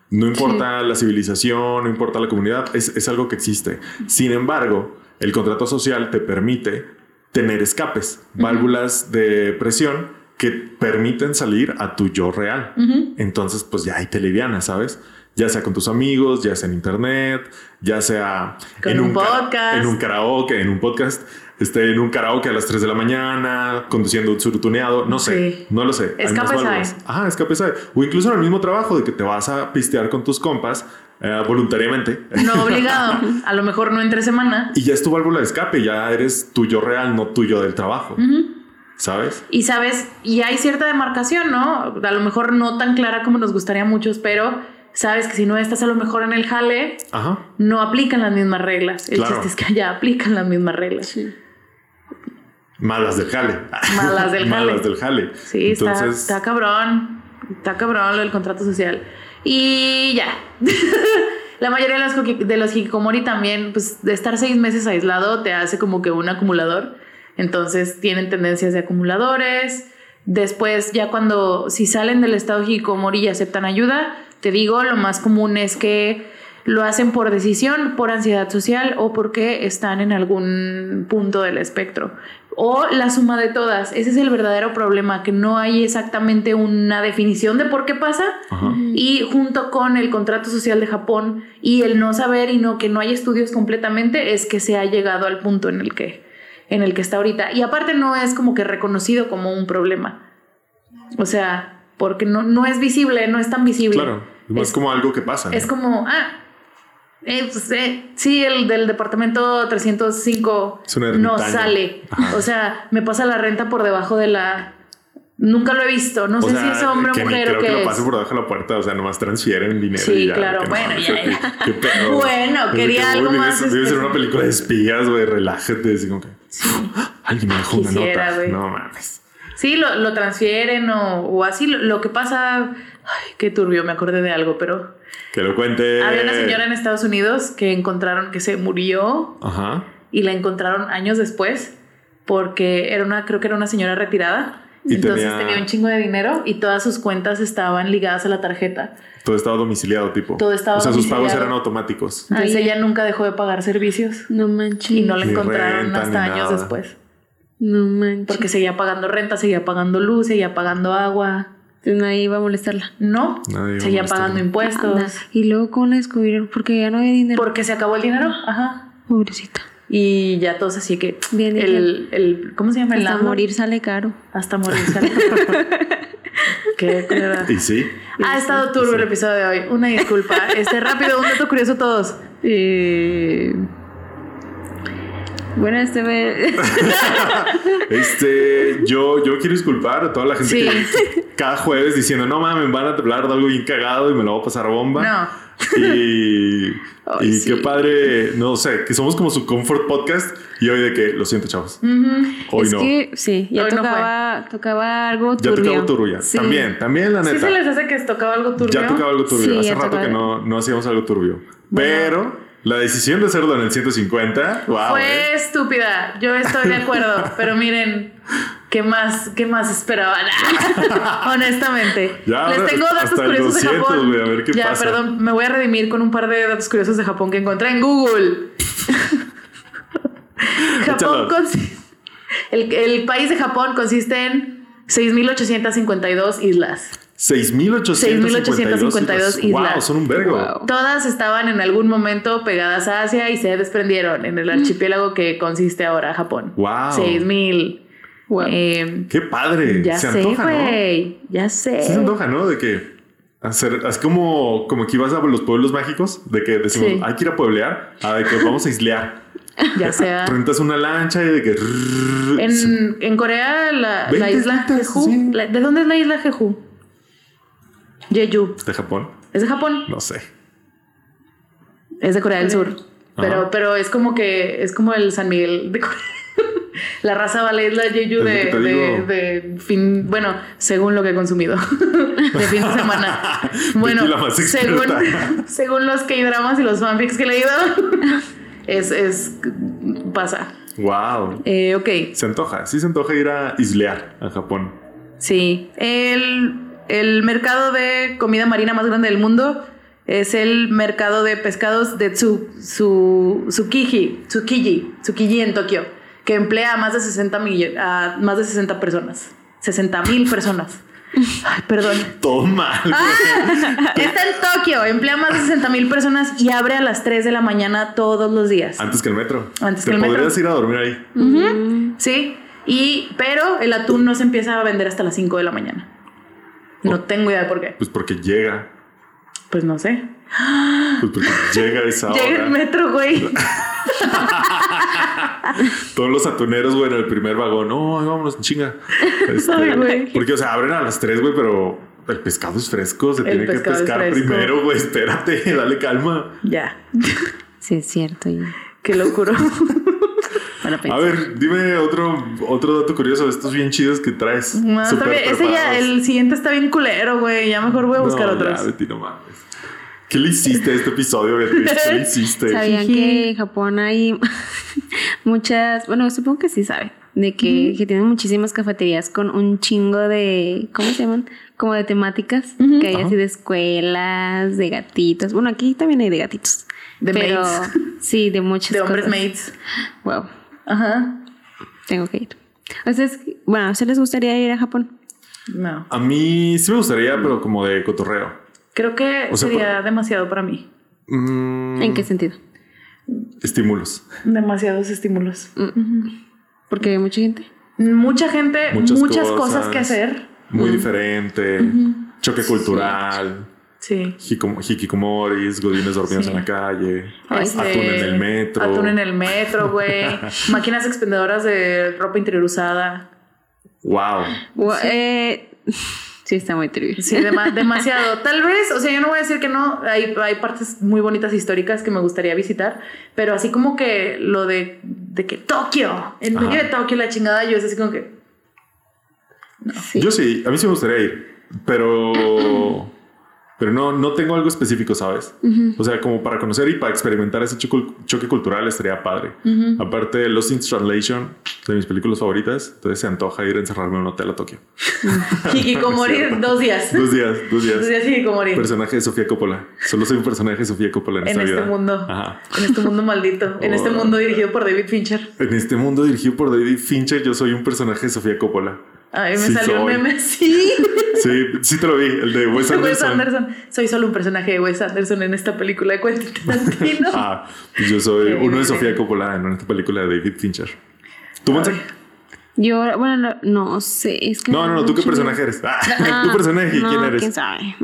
No importa la civilización, no importa la comunidad, es, es algo que existe. Sin embargo, el contrato social te permite tener escapes, válvulas de presión que permiten salir a tu yo real. ujú. Entonces, pues ya ahí te livianas, ¿sabes? Ya sea con tus amigos, ya sea en internet, ya sea Con en un ca- podcast. en un karaoke, en un podcast, este, en un karaoke a las 3 de la mañana, conduciendo un surutuneado, no sé, Sí. no lo sé. Hay más Escapes válvulas. hay. Ajá, escapes hay. O incluso en el mismo trabajo de que te vas a pistear con tus compas eh, voluntariamente. No obligado. A lo mejor no entre semana. Y ya es tu válvula de escape, ya eres tuyo real, no tuyo del trabajo. ¿Sabes? Y sabes, y hay cierta demarcación, ¿no? A lo mejor no tan clara como nos gustaría a muchos, pero sabes que si no estás a lo mejor en el jale, Ajá. no aplican las mismas reglas. El Claro. chiste es que allá aplican las mismas reglas. Sí, Malas del jale. Malas del jale. Malas del jale. está- Entonces, está, cabrón. Está cabrón lo del contrato social. Y ya. La mayoría de los, joki- de los hikikomori también, pues de estar seis meses aislado te hace como que un acumulador. Entonces tienen tendencias de acumuladores. Después, ya cuando, si salen del estado hikikomori y aceptan ayuda, te digo, lo más común es que lo hacen por decisión, por ansiedad social o porque están en algún punto del espectro. O la suma de todas. Ese es el verdadero problema, que no hay exactamente una definición de por qué pasa. ajá. Y junto con el contrato social de Japón y el no saber y no que no hay estudios completamente, es que se ha llegado al punto en el que, en el que está ahorita. Y aparte no es como que reconocido como un problema. O sea, porque no, no es visible, no es tan visible. Claro. Es más Es- como algo que pasa. Es ¿no? como, ah, eh, pues, eh, sí, el del departamento 305 Es una no ermitaña. sale. O sea, me pasa la renta por debajo de la... Nunca lo he visto, no O sé sea, si es hombre o que ni mujer creo o que, qué lo es. pase por debajo de la puerta, o sea, nomás transfieren dinero Sí, y ya. claro, que no, bueno, o ya, sea, que- ya. qué pedo. Bueno, Así quería que, algo uy, más, Vives, vives en este, una película de espías, güey, relájate, así como que. ¡Ah! Alguien me dejó una Quisiera, nota. güey. No mames. Sí, lo, lo transfieren o, o así. Lo, lo que pasa, ay, qué turbio, me acordé de algo, pero Que lo cuente. había una señora en Estados Unidos que encontraron que se murió Ajá. y la encontraron años después porque era una, creo que era una señora retirada. Y entonces tenía- tenía... un chingo de dinero y todas sus cuentas estaban ligadas a la tarjeta. Todo estaba domiciliado, tipo. Todo estaba O sea, sus pagos domiciliado. eran automáticos. Entonces Ay. ella nunca dejó de pagar servicios No manches. y no la Ni encontraron renta, hasta ni años nada. después. No manches. Porque seguía pagando renta, seguía pagando luz, seguía pagando agua. Entonces nadie iba a molestarla. No, Nadie iba a seguía molestar. pagando Anda. impuestos. Y luego, ¿cómo la descubrieron? Porque ya no había dinero. Porque se acabó el dinero. Ajá. Pobrecita. Y ya todos así que. Bien, el, el- ¿Cómo se llama el Hasta lado? morir sale caro. Hasta morir. sale. Qué culera. Y sí. Ha estado turbio el episodio de hoy. Una disculpa. Este rápido, un dato curioso todos. Eh... Bueno, este me... Este, yo, yo quiero disculpar a toda la gente Sí. que cada jueves diciendo, no mames, van a hablar de algo bien cagado y me lo voy a pasar bomba. No. Y, Ay, y sí. qué padre, no sé, que somos como su comfort podcast y hoy de que, lo siento, chavos, Ujú. hoy es no. que sí, ya Hoy no tocaba, tocaba algo Ya turbio. tocaba turbia. Sí. También, también la Sí neta. se les hace que tocaba algo turbio. ya tocaba algo turbio. Sí, Hace ya rato tocaba. que no, no hacíamos algo turbio. Pero la decisión de hacerlo en el 150, wow. ¿eh? Fue estúpida. Yo estoy de acuerdo. pero miren, ¿qué más, qué más esperaban? Honestamente. Ya, Les tengo datos hasta el curiosos 200, de Japón. güey, a ver qué ya, pasa. perdón, me voy a redimir con un par de datos curiosos de Japón que encontré en Google. Japón Échalos. consiste. El, el país de Japón consiste en 6.852 islas. 6.852 6,852 islas. Wow, son un vergo. Wow. Todas estaban en algún momento pegadas a Asia y se desprendieron en el archipiélago que consiste ahora Japón. Mm. Wow. 6000. Wow. Eh, Qué padre. ya se sé, antoja, ¿no? güey. Ya sé. Sí se antoja, ¿no? De que hacer, es como, como que ibas a los pueblos mágicos, de que decimos, Sí. hay que ir a pueblear, a de que vamos a islear. Ya sea. Rentas una lancha y de que... En, en Corea, la, la Veinte isla islitas, Jeju. sí. la- ¿De dónde es la isla Jeju? Jeju. ¿De Japón? Es de Japón. No sé. Es de Corea del Sur. Pero, Ajá. pero es como que es como el San Miguel de Corea. La raza va a la isla Jeju Es lo de, que te digo. de- de fin, bueno, según lo que he consumido, de fin de semana. Bueno, Vicky la más según, experta. según los K-dramas y los fanfics que he leído, es, es pasa. Wow. Eh, ok, Se antoja, sí se antoja ir a islear a Japón. Sí. El, el mercado de comida marina más grande del mundo es el mercado de pescados de Tsu, Tsu- Tsukiji, Tsukiji, Tsukiji en Tokio, que emplea a más de 60, millo- a más de 60 personas. 60 mil personas. Ay, perdón. Todo mal. Ah. güey. Está en Tokio, emplea a más de 60 mil personas y abre a las 3 de la mañana todos los días. Antes que el metro. Antes Te que el metro. podrías ir a dormir ahí. Sí, y pero el atún no se empieza a vender hasta las 5 de la mañana. No tengo idea de por qué. Pues porque llega. Pues no sé. Pues porque llega esa hora. Llega el metro, güey. Todos los atuneros, güey, en el primer vagón. No, ay, vámonos, en chinga. Este, Ay, güey. porque, o sea, abren a las tres, güey, pero el pescado es fresco. Se El tiene que pescado es pescar fresco. primero, güey. Espérate, dale calma. Ya. Sí, es cierto. y- Qué pues, locura. Para A pensar. ver, dime otro, otro dato curioso de estos bien chidos que traes. No, está Súper bien. Ese ya, preparados. el siguiente está bien culero, güey. Ya mejor voy a buscar No, ya, otros. Betty, no mames. ¿Qué le hiciste a este episodio, Beatriz? ¿Qué le hiciste? ¿Sabían Jiji. que en Japón hay muchas, bueno, supongo que sí saben, de que, que tienen muchísimas cafeterías con un chingo de, ¿cómo se llaman? Como de temáticas, que hay así de escuelas, de gatitos. Bueno, aquí también hay de gatitos. De pero, maids. Sí, de muchas De hombres cosas. mates. Wow, Ajá. tengo que ir. O sea, es- bueno, ¿a ustedes les gustaría ir a Japón? No. A mí sí me gustaría, pero como de cotorreo. Creo que O sea, sería para- demasiado para mí. Mm, ¿En qué sentido? Estímulos. Demasiados estímulos. Mm. Porque hay mucha gente. Mucha gente, Muchas muchas, cosas. cosas. que hacer. Muy diferente. Choque cultural. Sí. hikikom- Hikikomoris, godines dormidos Sí. en la calle. Este, Atún en el metro. Atún en el metro, güey. Máquinas expendedoras de ropa interior usada. Wow. Gua- eh, sí, está muy triste. Sí, dema- demasiado. Tal vez, o sea, yo no voy a decir que no, hay, hay partes muy bonitas e históricas que me gustaría visitar, pero así como que lo de, de que Tokio, en Ajá. medio de Tokio la chingada, yo es así como que... Sí. Yo sí, a mí sí me gustaría ir, pero. Pero no, no tengo algo específico, ¿sabes? O sea, como para conocer y para experimentar ese chocu- choque cultural estaría padre. Aparte de Lost in Translation, de mis películas favoritas, entonces se antoja ir a encerrarme en un hotel a Tokio. Hikikomori dos días. Dos días, dos días. Dos días hikikomori. Personaje de Sofía Coppola. Solo soy un personaje de Sofía Coppola en, En esta este vida. mundo. Ajá. En este mundo maldito. En este Oh. mundo dirigido por David Fincher. En este mundo dirigido por David Fincher, yo soy un personaje de Sofía Coppola. Ay, me Sí salió un soy. meme. Sí. Sí, sí te lo vi, el de Wes Anderson. Wes Anderson. Soy solo un personaje de Wes Anderson en esta película de Quentin Tarantino. Ah, pues yo soy Qué uno de bien. Sofía Coppola en esta película de David Fincher. ¿Tú, Monse? Yo, bueno, no, no sé, es que... No, no, no, ¿tú qué mucho- personaje eres? Ah, Ah, ¿Tu personaje? no, ¿Quién eres? ¿Quién sabe?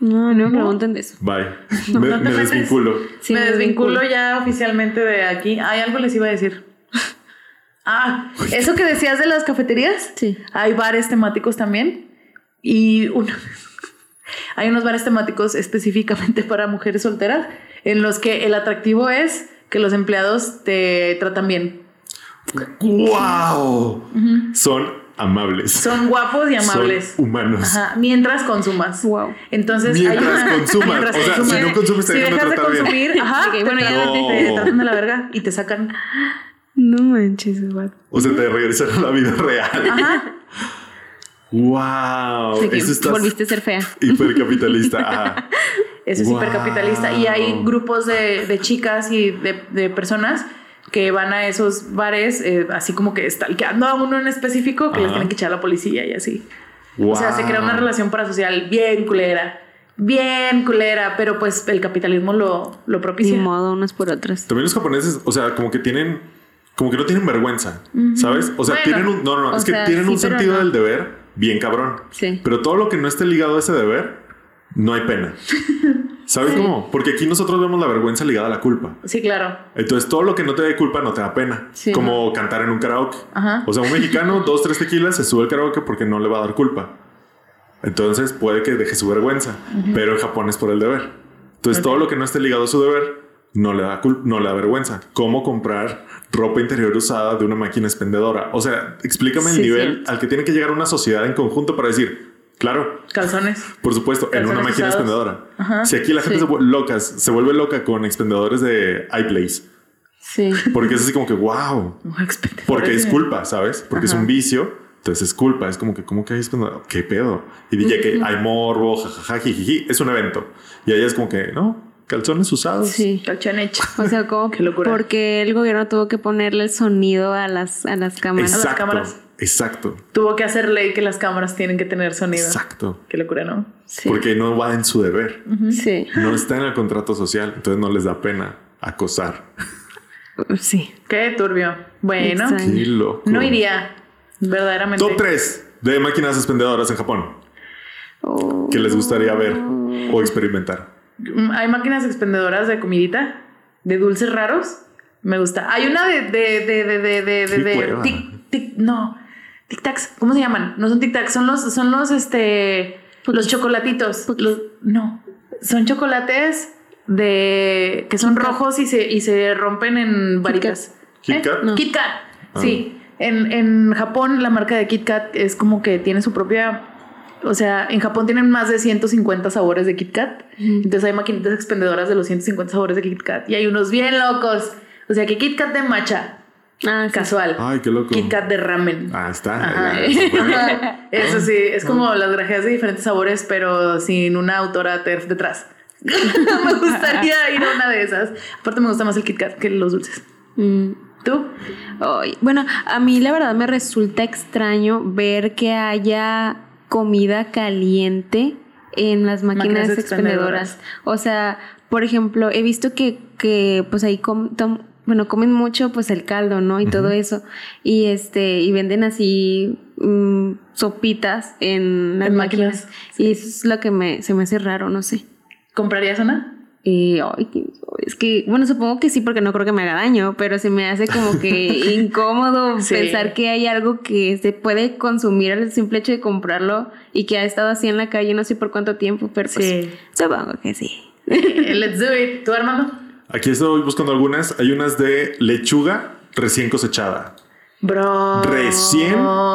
No, no, me pregunten de eso. Bye. Me, no te me metes. desvinculo. Sí, me desvinculo ya oficialmente de aquí. Hay algo les iba a decir. Ah, eso que decías de las cafeterías. Sí. Hay bares temáticos también. Y una- hay unos bares temáticos específicamente para mujeres solteras en los que el atractivo es que los empleados te tratan bien. ¡Wow! Son amables. Son guapos y amables. Son humanos. Ajá, mientras consumas. Wow. Entonces, Mientras consumas. O sea, si no consumes, te si dejan de dejas de tratar bien. consumir, ajá, Ok, te bueno, ya tratan- vete. te tratan de la verga y te sacan. No manches, what? O sea, te regresan a la vida real. Ajá. ¡Wow! De que Oh, Eso está volviste a ser fea. hipercapitalista. Ah. Ajá. Eso es Wow. hipercapitalista. Y hay grupos de, de chicas y de, de personas que van a esos bares, eh, así como que stalkeando a uno en específico, que les Ajá. tienen que echar a la policía y así. Wow. O sea, se crea una relación parasocial bien culera. Bien culera, pero pues el capitalismo lo, lo Ni propicia. modo, unas por otras. También los japoneses, o sea, como que tienen, como que no tienen vergüenza, ¿sabes? O sea, Bueno, tienen un, no, no, no, o es que sea, tienen sí, un pero sentido no. del deber bien cabrón. Sí. Pero todo lo que no esté ligado a ese deber, no hay pena. ¿Sabes cómo? Porque aquí nosotros vemos la vergüenza ligada a la culpa. Sí, claro. Entonces, todo lo que no te dé culpa no te da pena. Sí, como cantar en un karaoke. Ajá. O sea, un mexicano, dos, tres tequilas, se sube al karaoke porque no le va a dar culpa. Entonces, puede que deje su vergüenza. Pero en Japón es por el deber. Entonces, todo lo que no esté ligado a su deber no le da culpa, no le da vergüenza. ¿Cómo comprar ropa interior usada de una máquina expendedora? O sea, explícame el Sí, nivel cierto. al que tiene que llegar una sociedad en conjunto para decir, claro, Calzones. por supuesto, en una Calzones máquina usados. expendedora. Ajá. Si aquí la gente Sí. se, vu- locas, se vuelve loca con expendedores de iPlace, Sí. porque es así como que, wow, porque es culpa, ¿sabes? Porque es un vicio, entonces es culpa, es como que, ¿cómo que hay expendedor? ¿Qué pedo? Y dije que hay morbo, jajaja, jijiji, es un evento. Y ella es como que, no, calzones usados. Sí. Calzones. O sea, como Qué locura. porque el gobierno tuvo que ponerle el sonido a las, a las cámaras. Exacto. Exacto, cámaras. exacto, Tuvo que hacer ley que las cámaras tienen que tener sonido. exacto. Qué locura, ¿no? Sí. Porque no va en su deber, Sí. no está en el contrato social, entonces no les da pena acosar. Sí. Qué turbio. Bueno, Exacto. Qué loco. no iría. Verdaderamente. Top 3 de máquinas expendedoras en Japón Oh. Uh. que les gustaría ver o experimentar. Mm, Hay máquinas expendedoras de comidita, de dulces raros. Me gusta. Hay una de. de, de, de, de, de, de, Qué de- hueva. tic, tic, no. Tic tacs. ¿Cómo se llaman? No son tic tacs, son los, son los este. Los chocolatitos. Cookies. Los- no. Son chocolates de. que son rojos y se, y se rompen en varitas. Kit ¿Eh? Kat. No. Kit Kat. Sí. En, en Japón, la marca de Kit Kat es como que tiene su propia. O sea, en Japón tienen más de 150 sabores de Kit Kat. Entonces hay maquinitas expendedoras de los 150 sabores de Kit Kat. Y hay unos bien locos. O sea, que Kit Kat de matcha, Ah, sí. casual. Ay, qué loco. Kit Kat de ramen. Ah, está. Ajá. Ya, ya, ya. Ajá. Eso sí, es como las grajeas de diferentes sabores, pero sin una autora TERF detrás. me gustaría ir a una de esas. Aparte, me gusta más el Kit Kat que los dulces. Mm. ¿Tú? Ay, bueno, a mí la verdad me resulta extraño ver que haya comida caliente en las máquinas, Máquinas expendedoras. O sea, por ejemplo, he visto que, que pues ahí com- tom- bueno, comen mucho pues el caldo, ¿no? Y todo eso. Y este, y venden así mm, sopitas en las En máquinas, máquinas. Y eso es lo que me, se me hace raro, no sé. ¿Comprarías una? Eh, ay, que- es que, bueno, supongo que sí, porque no creo que me haga daño, pero se me hace como que incómodo Sí. pensar que hay algo que se puede consumir al simple hecho de comprarlo y que ha estado así en la calle no sé por cuánto tiempo, pero pues, Sí. supongo que sí. Eh, Let's do it. ¿Tú, Armando? Aquí estoy buscando algunas. Hay unas de lechuga recién cosechada. Bro. Recién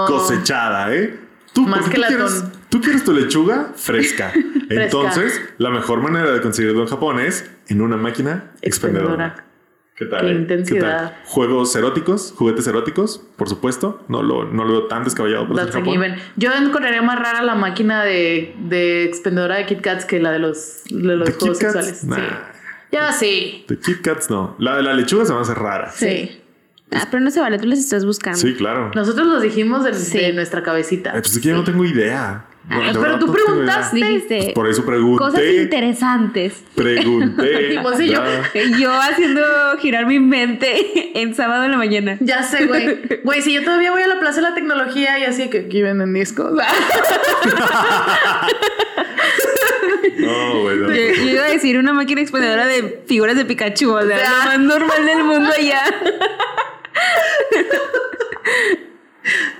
cosechada, ¿eh? Tú, Oh. Más que porque tú latón. quieres, tú quieres tu lechuga fresca. Entonces, la mejor manera de conseguirlo en Japón es en una máquina expendedora. Expendedora. ¿Qué tal? Qué eh? intensidad. tal? Juegos eróticos, juguetes eróticos, por supuesto. No lo, no lo veo tan descabellado por That's ser a Japón. given. Yo encontraría más rara la máquina de, de expendedora de Kit Kats que la de los, de los ¿De juegos Kit Kats? sexuales. Sí. Nah. Ya sí. De Kit Kats no. La de la lechuga se me hace rara. Sí. Ah, pero no se vale, tú les estás buscando. Sí, claro. Nosotros los dijimos de, Sí. de nuestra cabecita. Eh, pues es que yo no tengo idea. De Ah, Pero verdad, tú no tengo idea. Pues preguntaste. Dijiste Pues, Por eso pregunté. cosas interesantes. Pregunté. Y vos y yo. Ya. Yo haciendo girar mi mente en sábado en la mañana. Ya sé, güey. Güey, si yo todavía voy a la Plaza de la Tecnología y así que aquí venden discos. No, bueno. Yo, yo iba a decir una máquina expendedora de figuras de Pikachu, o sea, lo más normal del mundo allá.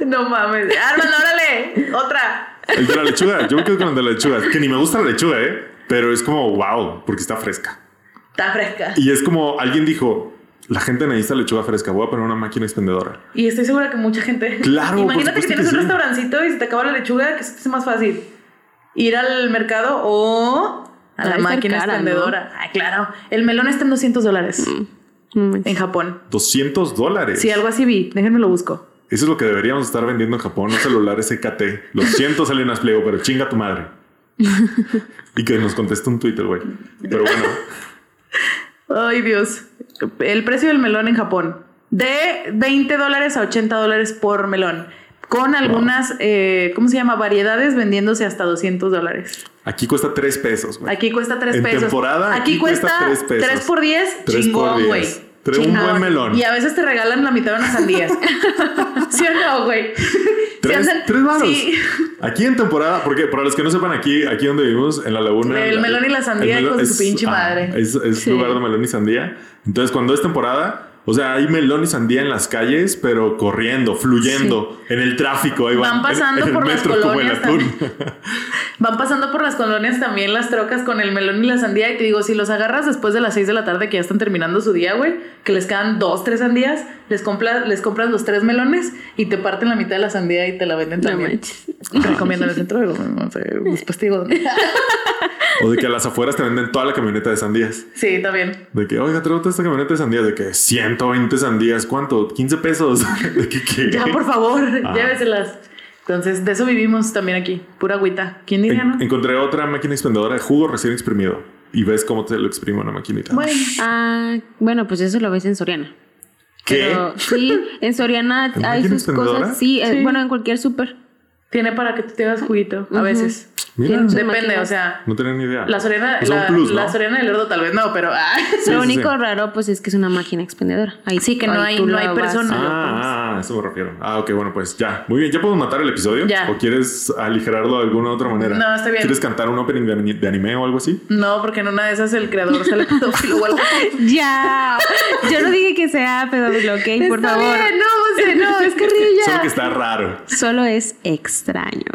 no mames. Armando, órale. Otra. El de la lechuga. Yo me quedo con el de la lechuga. Que ni me gusta la lechuga, ¿eh? Pero es como wow, porque está fresca. Está fresca. Y es como alguien dijo: La gente necesita lechuga fresca. Voy a poner una máquina expendedora. Y estoy segura que mucha gente. Claro, por Imagínate que supuesto tienes que un sí. restaurancito y se te acaba la lechuga, que eso te hace más fácil. Ir al mercado o a Ha la de estar máquina cara, expendedora. Ah, claro. El melón está en 200 dólares en Japón. 200 dólares. Sí, algo así vi. Déjenme lo busco. Eso es lo que deberíamos estar vendiendo en Japón, no celulares EKT. Lo siento, salen a pliego, pero chinga tu madre. Y que nos conteste un Twitter, güey. Pero bueno, Ay, Dios. El precio del melón en Japón. De 20 dólares a 80 dólares por melón. Con algunas, eh, ¿cómo se llama? Variedades vendiéndose hasta 200 dólares. aquí cuesta 3 pesos, güey. Aquí cuesta 3 En pesos. temporada, aquí, aquí cuesta cuesta, tres 3 pesos. por 10, Tres por chingón, diez. güey. Tres- un Chingón. buen melón. Y a veces te regalan la mitad de unas sandías. ¿Sí o no, güey? Tres, andan- tres varos. Sí. Aquí en temporada, porque para los que no sepan, aquí, aquí donde vivimos, en la laguna. El melón y la sandía, el melón hijos de su pinche madre. Es, es Sí. lugar de melón y sandía. Entonces, cuando es temporada, o sea, hay melón y sandía en las calles, pero corriendo, fluyendo, en el tráfico. Ahí Van van, en- pasando en, el por las metro como el colonias atún. Van pasando por las colonias también las trocas con el melón y la sandía. Y te digo, si los agarras después de las 6 de la tarde que ya están terminando su día, güey, que les quedan dos, tres sandías, les, compras les compras los tres melones y te parten la mitad de la sandía y te la venden No también. manches. Te recomiendo en el centro de no sé, después te digo dónde. O de que a las afueras te venden toda la camioneta de sandías. Sí, también. De que, oiga, traigo toda esta camioneta de sandías. De que 120 sandías, ¿cuánto? 15 pesos. De que, ¿qué? Ya, por favor, Ah. lléveselas. Entonces, de eso vivimos también aquí. Pura agüita. ¿Quién diría, En- no? encontré otra máquina expendedora de jugo recién exprimido. Y ves cómo te lo exprime una maquinita. Bueno, Ah, bueno, pues eso lo ves en Soriana. ¿Qué? Pero sí, en Soriana ¿En hay máquina sus expendedora? cosas. Sí, eh, Sí. bueno, en cualquier súper. Tiene para que tú tengas juguito a Ujú. veces. Mira, Tiene- Depende, o sea, no tenía ni idea. la Soriana, O sea, un la, Pues plus, ¿no? la Soriana del Lerdo tal vez no, pero ah, Sí, lo sí, único sí. raro, pues, es que es una máquina expendedora. Ahí Sí, que no hay- tú no lo hay vas- persona. Ah, ah, a eso me refiero. Ah, ok, bueno, pues ya. Muy bien, ¿ya podemos matar el episodio? Ya. ¿O quieres aligerarlo de alguna otra manera? No, está bien. ¿Quieres cantar un opening de ani- de anime o algo así? no, porque en una de esas el creador se la pedófilo o algo. Ya. Yo no dije que sea pedófilo, ¿ok? Por Está favor. bien, no, Monse, no, es carrilla. Solo que está raro. Solo es extraño,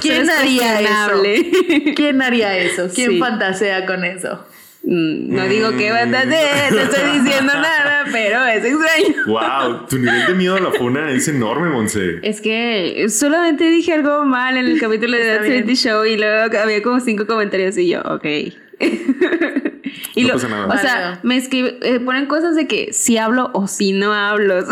¿Quién Solo es haría cuestionable. ¿Quién haría eso? ¿Quién Sí. fantasea con eso? Mm, No digo que Mm. banda de- no estoy diciendo nada, pero es extraño. Wow, tu nivel de miedo a la funa es enorme, Monse. Es que solamente dije algo mal en el capítulo de Está That bien. 70 Show y luego había como cinco comentarios y yo, ok. y No lo- pasa nada. O sea, Válido. me escribe, eh, ponen cosas de que si hablo o si no hablo.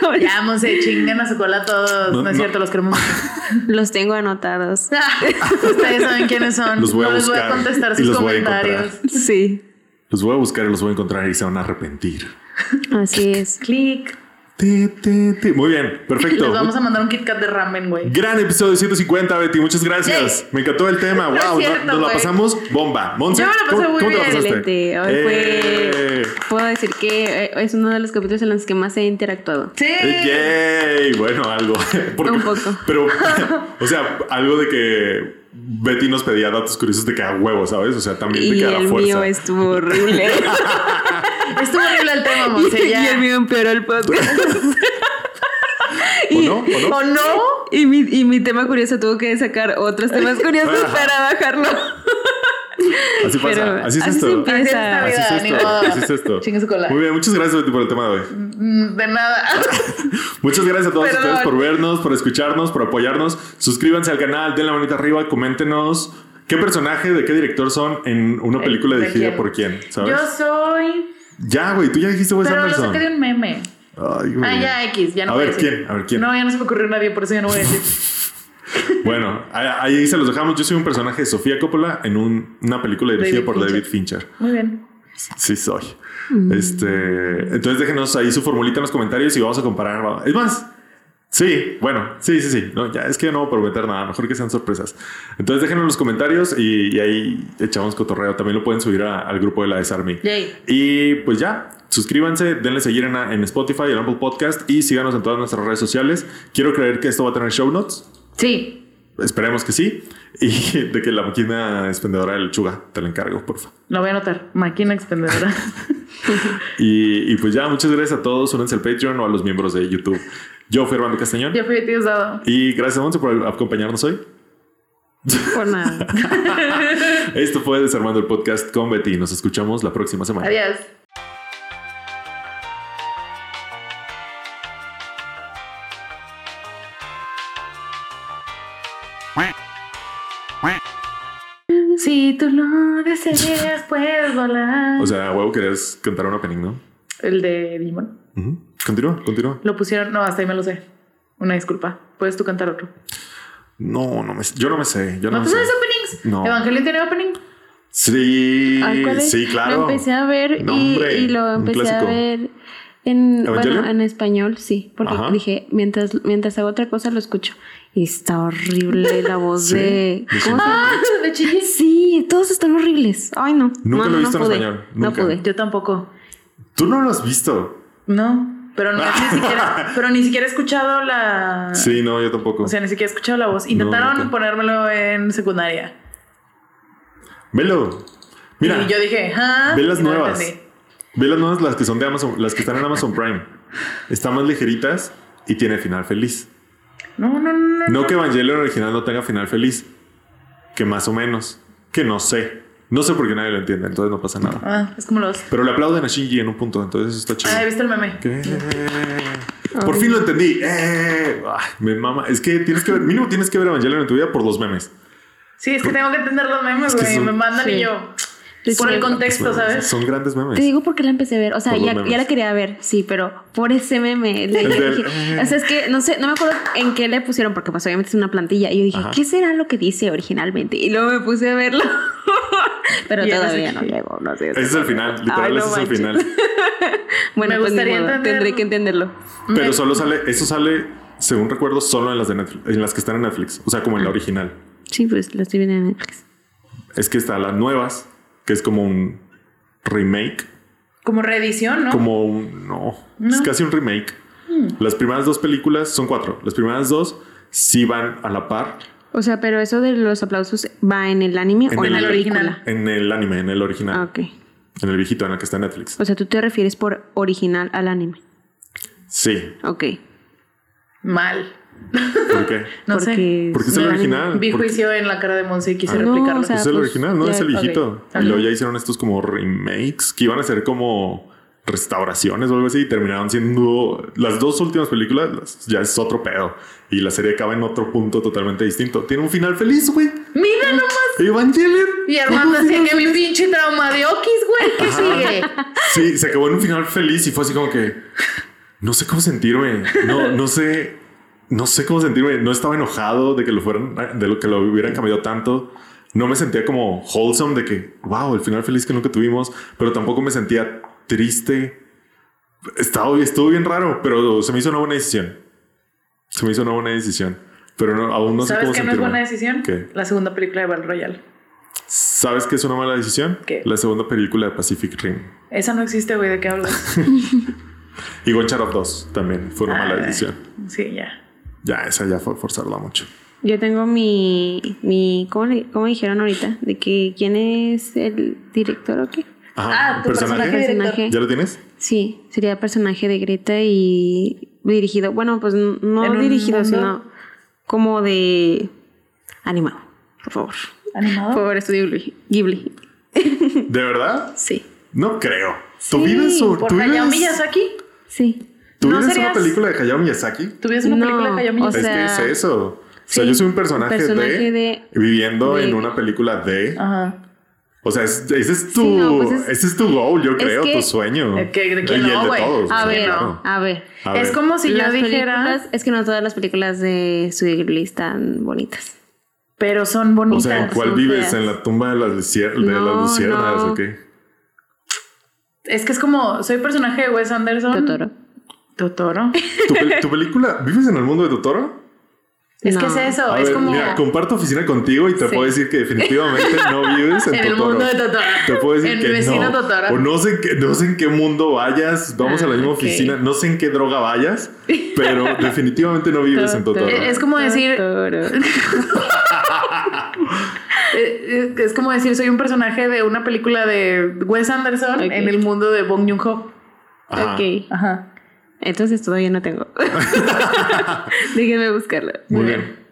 ¿sabes? Ya, Monse, chingan a su cola a todos. No, No, es no. cierto, los queremos. mucho. Los tengo anotados. Ustedes saben quiénes son. Los voy a no les voy a buscar y contestar sus los voy a encontrar. comentarios. Sí, Los voy a buscar y los voy a encontrar y se van a arrepentir. así es. Clic. Te, te, te. Muy bien, perfecto. Les vamos a mandar un Kit Kat de ramen, güey. Gran episodio 150, Betty. Muchas gracias. Yay. Me encantó el tema. No es wow, no- cierto, nos la güey. pasamos bomba. Monse, Yo me la pasé ¿cómo, muy cómo te la bien. pasaste? Excelente. Hoy fue- Eh, Puedo decir que eh, es uno de los capítulos en los que más he interactuado. Sí. eh, yay. Bueno, algo. Porque- Un poco. Pero, o sea, algo de que Betty nos pedía datos curiosos de que a huevo, ¿sabes? O sea, también de Y que a la el fuerza. mío estuvo horrible. Estuvo horrible el tema, Monse. y Ya. el mío empeoró el podcast. ¿O no? ¿O no? ¿O no? Y mi, y mi tema curioso tuvo que sacar otros temas curiosos para bajarlo. Así pasa. Pero así es así se esto. empieza. Así es esta vida, Así es ni esto. modo. Así es esto. Chingue su cola. Muy bien, muchas gracias Betty por el tema de hoy. Mm, De nada. Muchas gracias a todos Perdón. ustedes por vernos, por escucharnos, por apoyarnos. Suscríbanse al canal, den la manita arriba, coméntenos qué personaje, de qué director son en una película Eh, ¿De dirigida quién? por quién, ¿sabes? Pues Yo soy. Ya, güey, tú ya dijiste Wes Pero lo Anderson. saqué de un meme. Ay, güey. Ah, ya, X. Ya no A voy ver, decir. ¿quién? A ver, ¿quién? No, ya no se me ocurrió nadie, por eso ya no voy a decir. Bueno, ahí ahí se los dejamos. Yo soy un personaje de Sofía Coppola en un- una película dirigida David por Fincher. David Fincher. Muy bien. Sí soy. Este, entonces déjenos ahí su formulita en los comentarios y vamos a comparar. Es más, sí, bueno, sí, sí, sí. No, ya es que yo no voy a prometer nada, mejor que sean sorpresas. Entonces déjenos en los comentarios y, y ahí echamos cotorreo. También lo pueden subir a- al grupo de la Desarme. Yay. Y pues ya, suscríbanse, denle seguir en, en Spotify, en Apple Podcast y síganos en todas nuestras redes sociales. Quiero creer que esto va a tener show notes. Sí. Esperemos que sí. Y de que la máquina expendedora del Chuga te la encargo, por favor. Lo voy a anotar. Máquina expendedora. Y, y pues ya, muchas gracias a todos. Únanse al Patreon o a los miembros de YouTube. Yo fui Armando Castañón. Yo fui tío usado. Y gracias, Monse, por acompañarnos hoy. Por nada. Esto fue Desarmando el Podcast con Betty. Nos escuchamos la próxima semana. Adiós. Si tú lo deseas, puedes volar. O sea, huevo, querías cantar un opening, ¿no? El de Digimon. Ujú. Continúa, continúa. Lo pusieron. No, hasta ahí me lo sé. Una disculpa. Puedes tú cantar otro. No, no me, yo no me sé. Yo no, ¿No me te sé. sabes openings? No. ¿Evangelio tiene opening? Sí, Ay, ¿cuál es? sí, claro. Lo empecé a ver No, y, hombre, y lo un empecé a clásico. ver en, bueno, ¿Evangelion? en español, sí. Porque Ajá. dije, mientras, mientras hago otra cosa lo escucho. Y está horrible la voz Sí, de... de ¿Cómo se llama? Ah, de chillis. Sí, todos están horribles. Ay, no. Nunca No, lo he no, visto en no pude. español, No nunca. pude. Yo tampoco. Tú no lo has visto. No, pero no, ni siquiera, pero ni siquiera he escuchado la. Sí, no, yo tampoco. Ah. O sea, ni siquiera he escuchado la voz. Intentaron nunca. ponérmelo en secundaria. Velo. Mira, y yo dije, ¿ah? Ve las y no nuevas. entendí. Ve las nuevas, las que son de Amazon, las que están en Amazon Prime. Están más ligeritas y tiene final feliz. No, no, no. no. No que Evangelion original no tenga final feliz. Que más o menos. Que no sé. No sé por qué nadie lo entiende, entonces no pasa nada. Ah, es como los. Pero le aplauden a Shinji en un punto, entonces eso está chido. Ah, he visto el meme. ¿Qué? Por fin lo entendí. ¡Eh! Ah, me mama. Es que tienes que ver, mínimo tienes que ver Evangelion en tu vida por los memes. Sí, es que tengo que entender los memes, que güey. son- Me mandan Sí. y yo. Sí, Por sí. el contexto, ¿sabes? Son grandes memes. Te digo porque la empecé a ver. O sea, Por los ya, memes. ya la quería ver, sí, pero por ese meme. le El dije- del- o sea, es que no sé, no me acuerdo en qué le pusieron, porque pues obviamente es una plantilla. Y yo dije, Ajá. ¿qué será lo que dice originalmente? Y luego me puse a verlo. pero Y ya no sé todavía qué. no llego, no sé. Ese es el final, literal, Ay, no ese es el manches. final. Bueno, Me pues ni gustaría modo, entender- tendré que entenderlo. Pero solo sale, eso sale según recuerdo, solo en las de Netflix, en las que están en Netflix, o sea, como en la original. Sí, pues la estoy viendo en Netflix. Es que están las nuevas, que es como un remake, Como reedición, ¿no? como un no, es No. casi un remake. Las primeras dos películas son cuatro. Las primeras dos sí van a la par O sea, pero eso de los aplausos va en el anime En o en el la original. película. en el anime, en el Ah, original, ok. en el viejito, en el que está en Netflix. O sea, tú te refieres por original al anime. Sí, Ok. Mal. ¿por qué? No sé. porque Porque es el del original. Vi Ah, porque- juicio en la cara de Monse y quise Ah, no, replicarlo. o sea, es el pues, original, no ya- es el ok, viejito. ajá. Y luego ya hicieron estos como remakes que iban a ser como restauraciones o algo así y terminaron siendo las dos últimas películas las- ya es otro pedo y la serie acaba en otro punto totalmente distinto tiene un final feliz güey Mira nomás. Evangelion Y Armando hacía que mi pinche trauma de Okis, güey, ¿qué sigue? sí se acabó en un final feliz y fue así como que no sé cómo sentirme no no sé no sé cómo sentirme no estaba enojado de que lo fueran de lo que lo hubieran cambiado tanto no me sentía como wholesome de que wow el final feliz que nunca tuvimos pero tampoco me sentía triste estaba estuvo bien raro pero se me hizo una buena decisión se me hizo una buena decisión pero no- aún no sé ¿Sabes cómo qué no es sentirme buena decisión? ¿Qué? La segunda película de Battle Royale. sabes que es una mala decisión ¿Qué? la segunda película de Pacific Rim Esa no existe, güey, ¿de qué hablas? y Goncharov 2 también fue una Ah, mala güey. decisión Sí, ya. Ya, esa ya fue forzarla mucho. Yo tengo mi, mi ¿cómo, le- cómo dijeron ahorita? De que quién es el director o qué. Ah, tu personaje director. Personaje. ¿Ya lo tienes? Sí, sería personaje de Greta y dirigido, bueno, pues n- En no un dirigido, mundo- sino como de animado, por favor. Ah. Por ¿Animado? favor, estudio Ghibli. Ghibli. ¿De verdad? Sí, No creo. ¿Tú Sí, vives o ¿Por tú vives, Hayao Miyazaki? sí. ¿tú ¿No vives serías- una película de Hayao Miyazaki? ¿Tuvieras una película No, de Hayao o Miyazaki? es que sea, es eso. O sea, sí, yo soy un personaje, personaje de, de- viviendo de- en una película de. Ajá. O sea, es- ese es tu, no, pues es- ese es tu goal, yo creo, que- tu sueño. Eh, que- de que y no, el de güey. todos. A o sea, ver, claro. a ver. A Es ver. como si yo Las dijera, películas- es que no todas las películas de Studio Ghibli están bonitas. pero son O bonitas. sea, ¿en cuál son vives? feas. ¿En la tumba de las, lucier- de No, las luciernas no. o qué? Es que es como, soy personaje de Wes Anderson. Totoro. Totoro. ¿Tu, pel- tu película? ¿Vives en el mundo de Totoro? Es que No. es eso, A es ver, como mira, comparto oficina contigo y te Sí. puedo decir que definitivamente no vives en, en el Totoro. mundo de Totoro. Te puedo decir en que mi vecino no. Totoro. O no sé, en qué- no sé en qué mundo vayas, vamos a la Ah, misma ok. oficina, no sé en qué droga vayas, pero definitivamente no vives en Totoro. Eh, Es como decir- Totoro. Eh, eh, es como decir, soy un personaje de una película de Wes Anderson Ok. en el mundo de Bong Joon-ho. Ajá. Ok. Ajá. Entonces todavía no tengo. Déjenme buscarlo. Muy bien.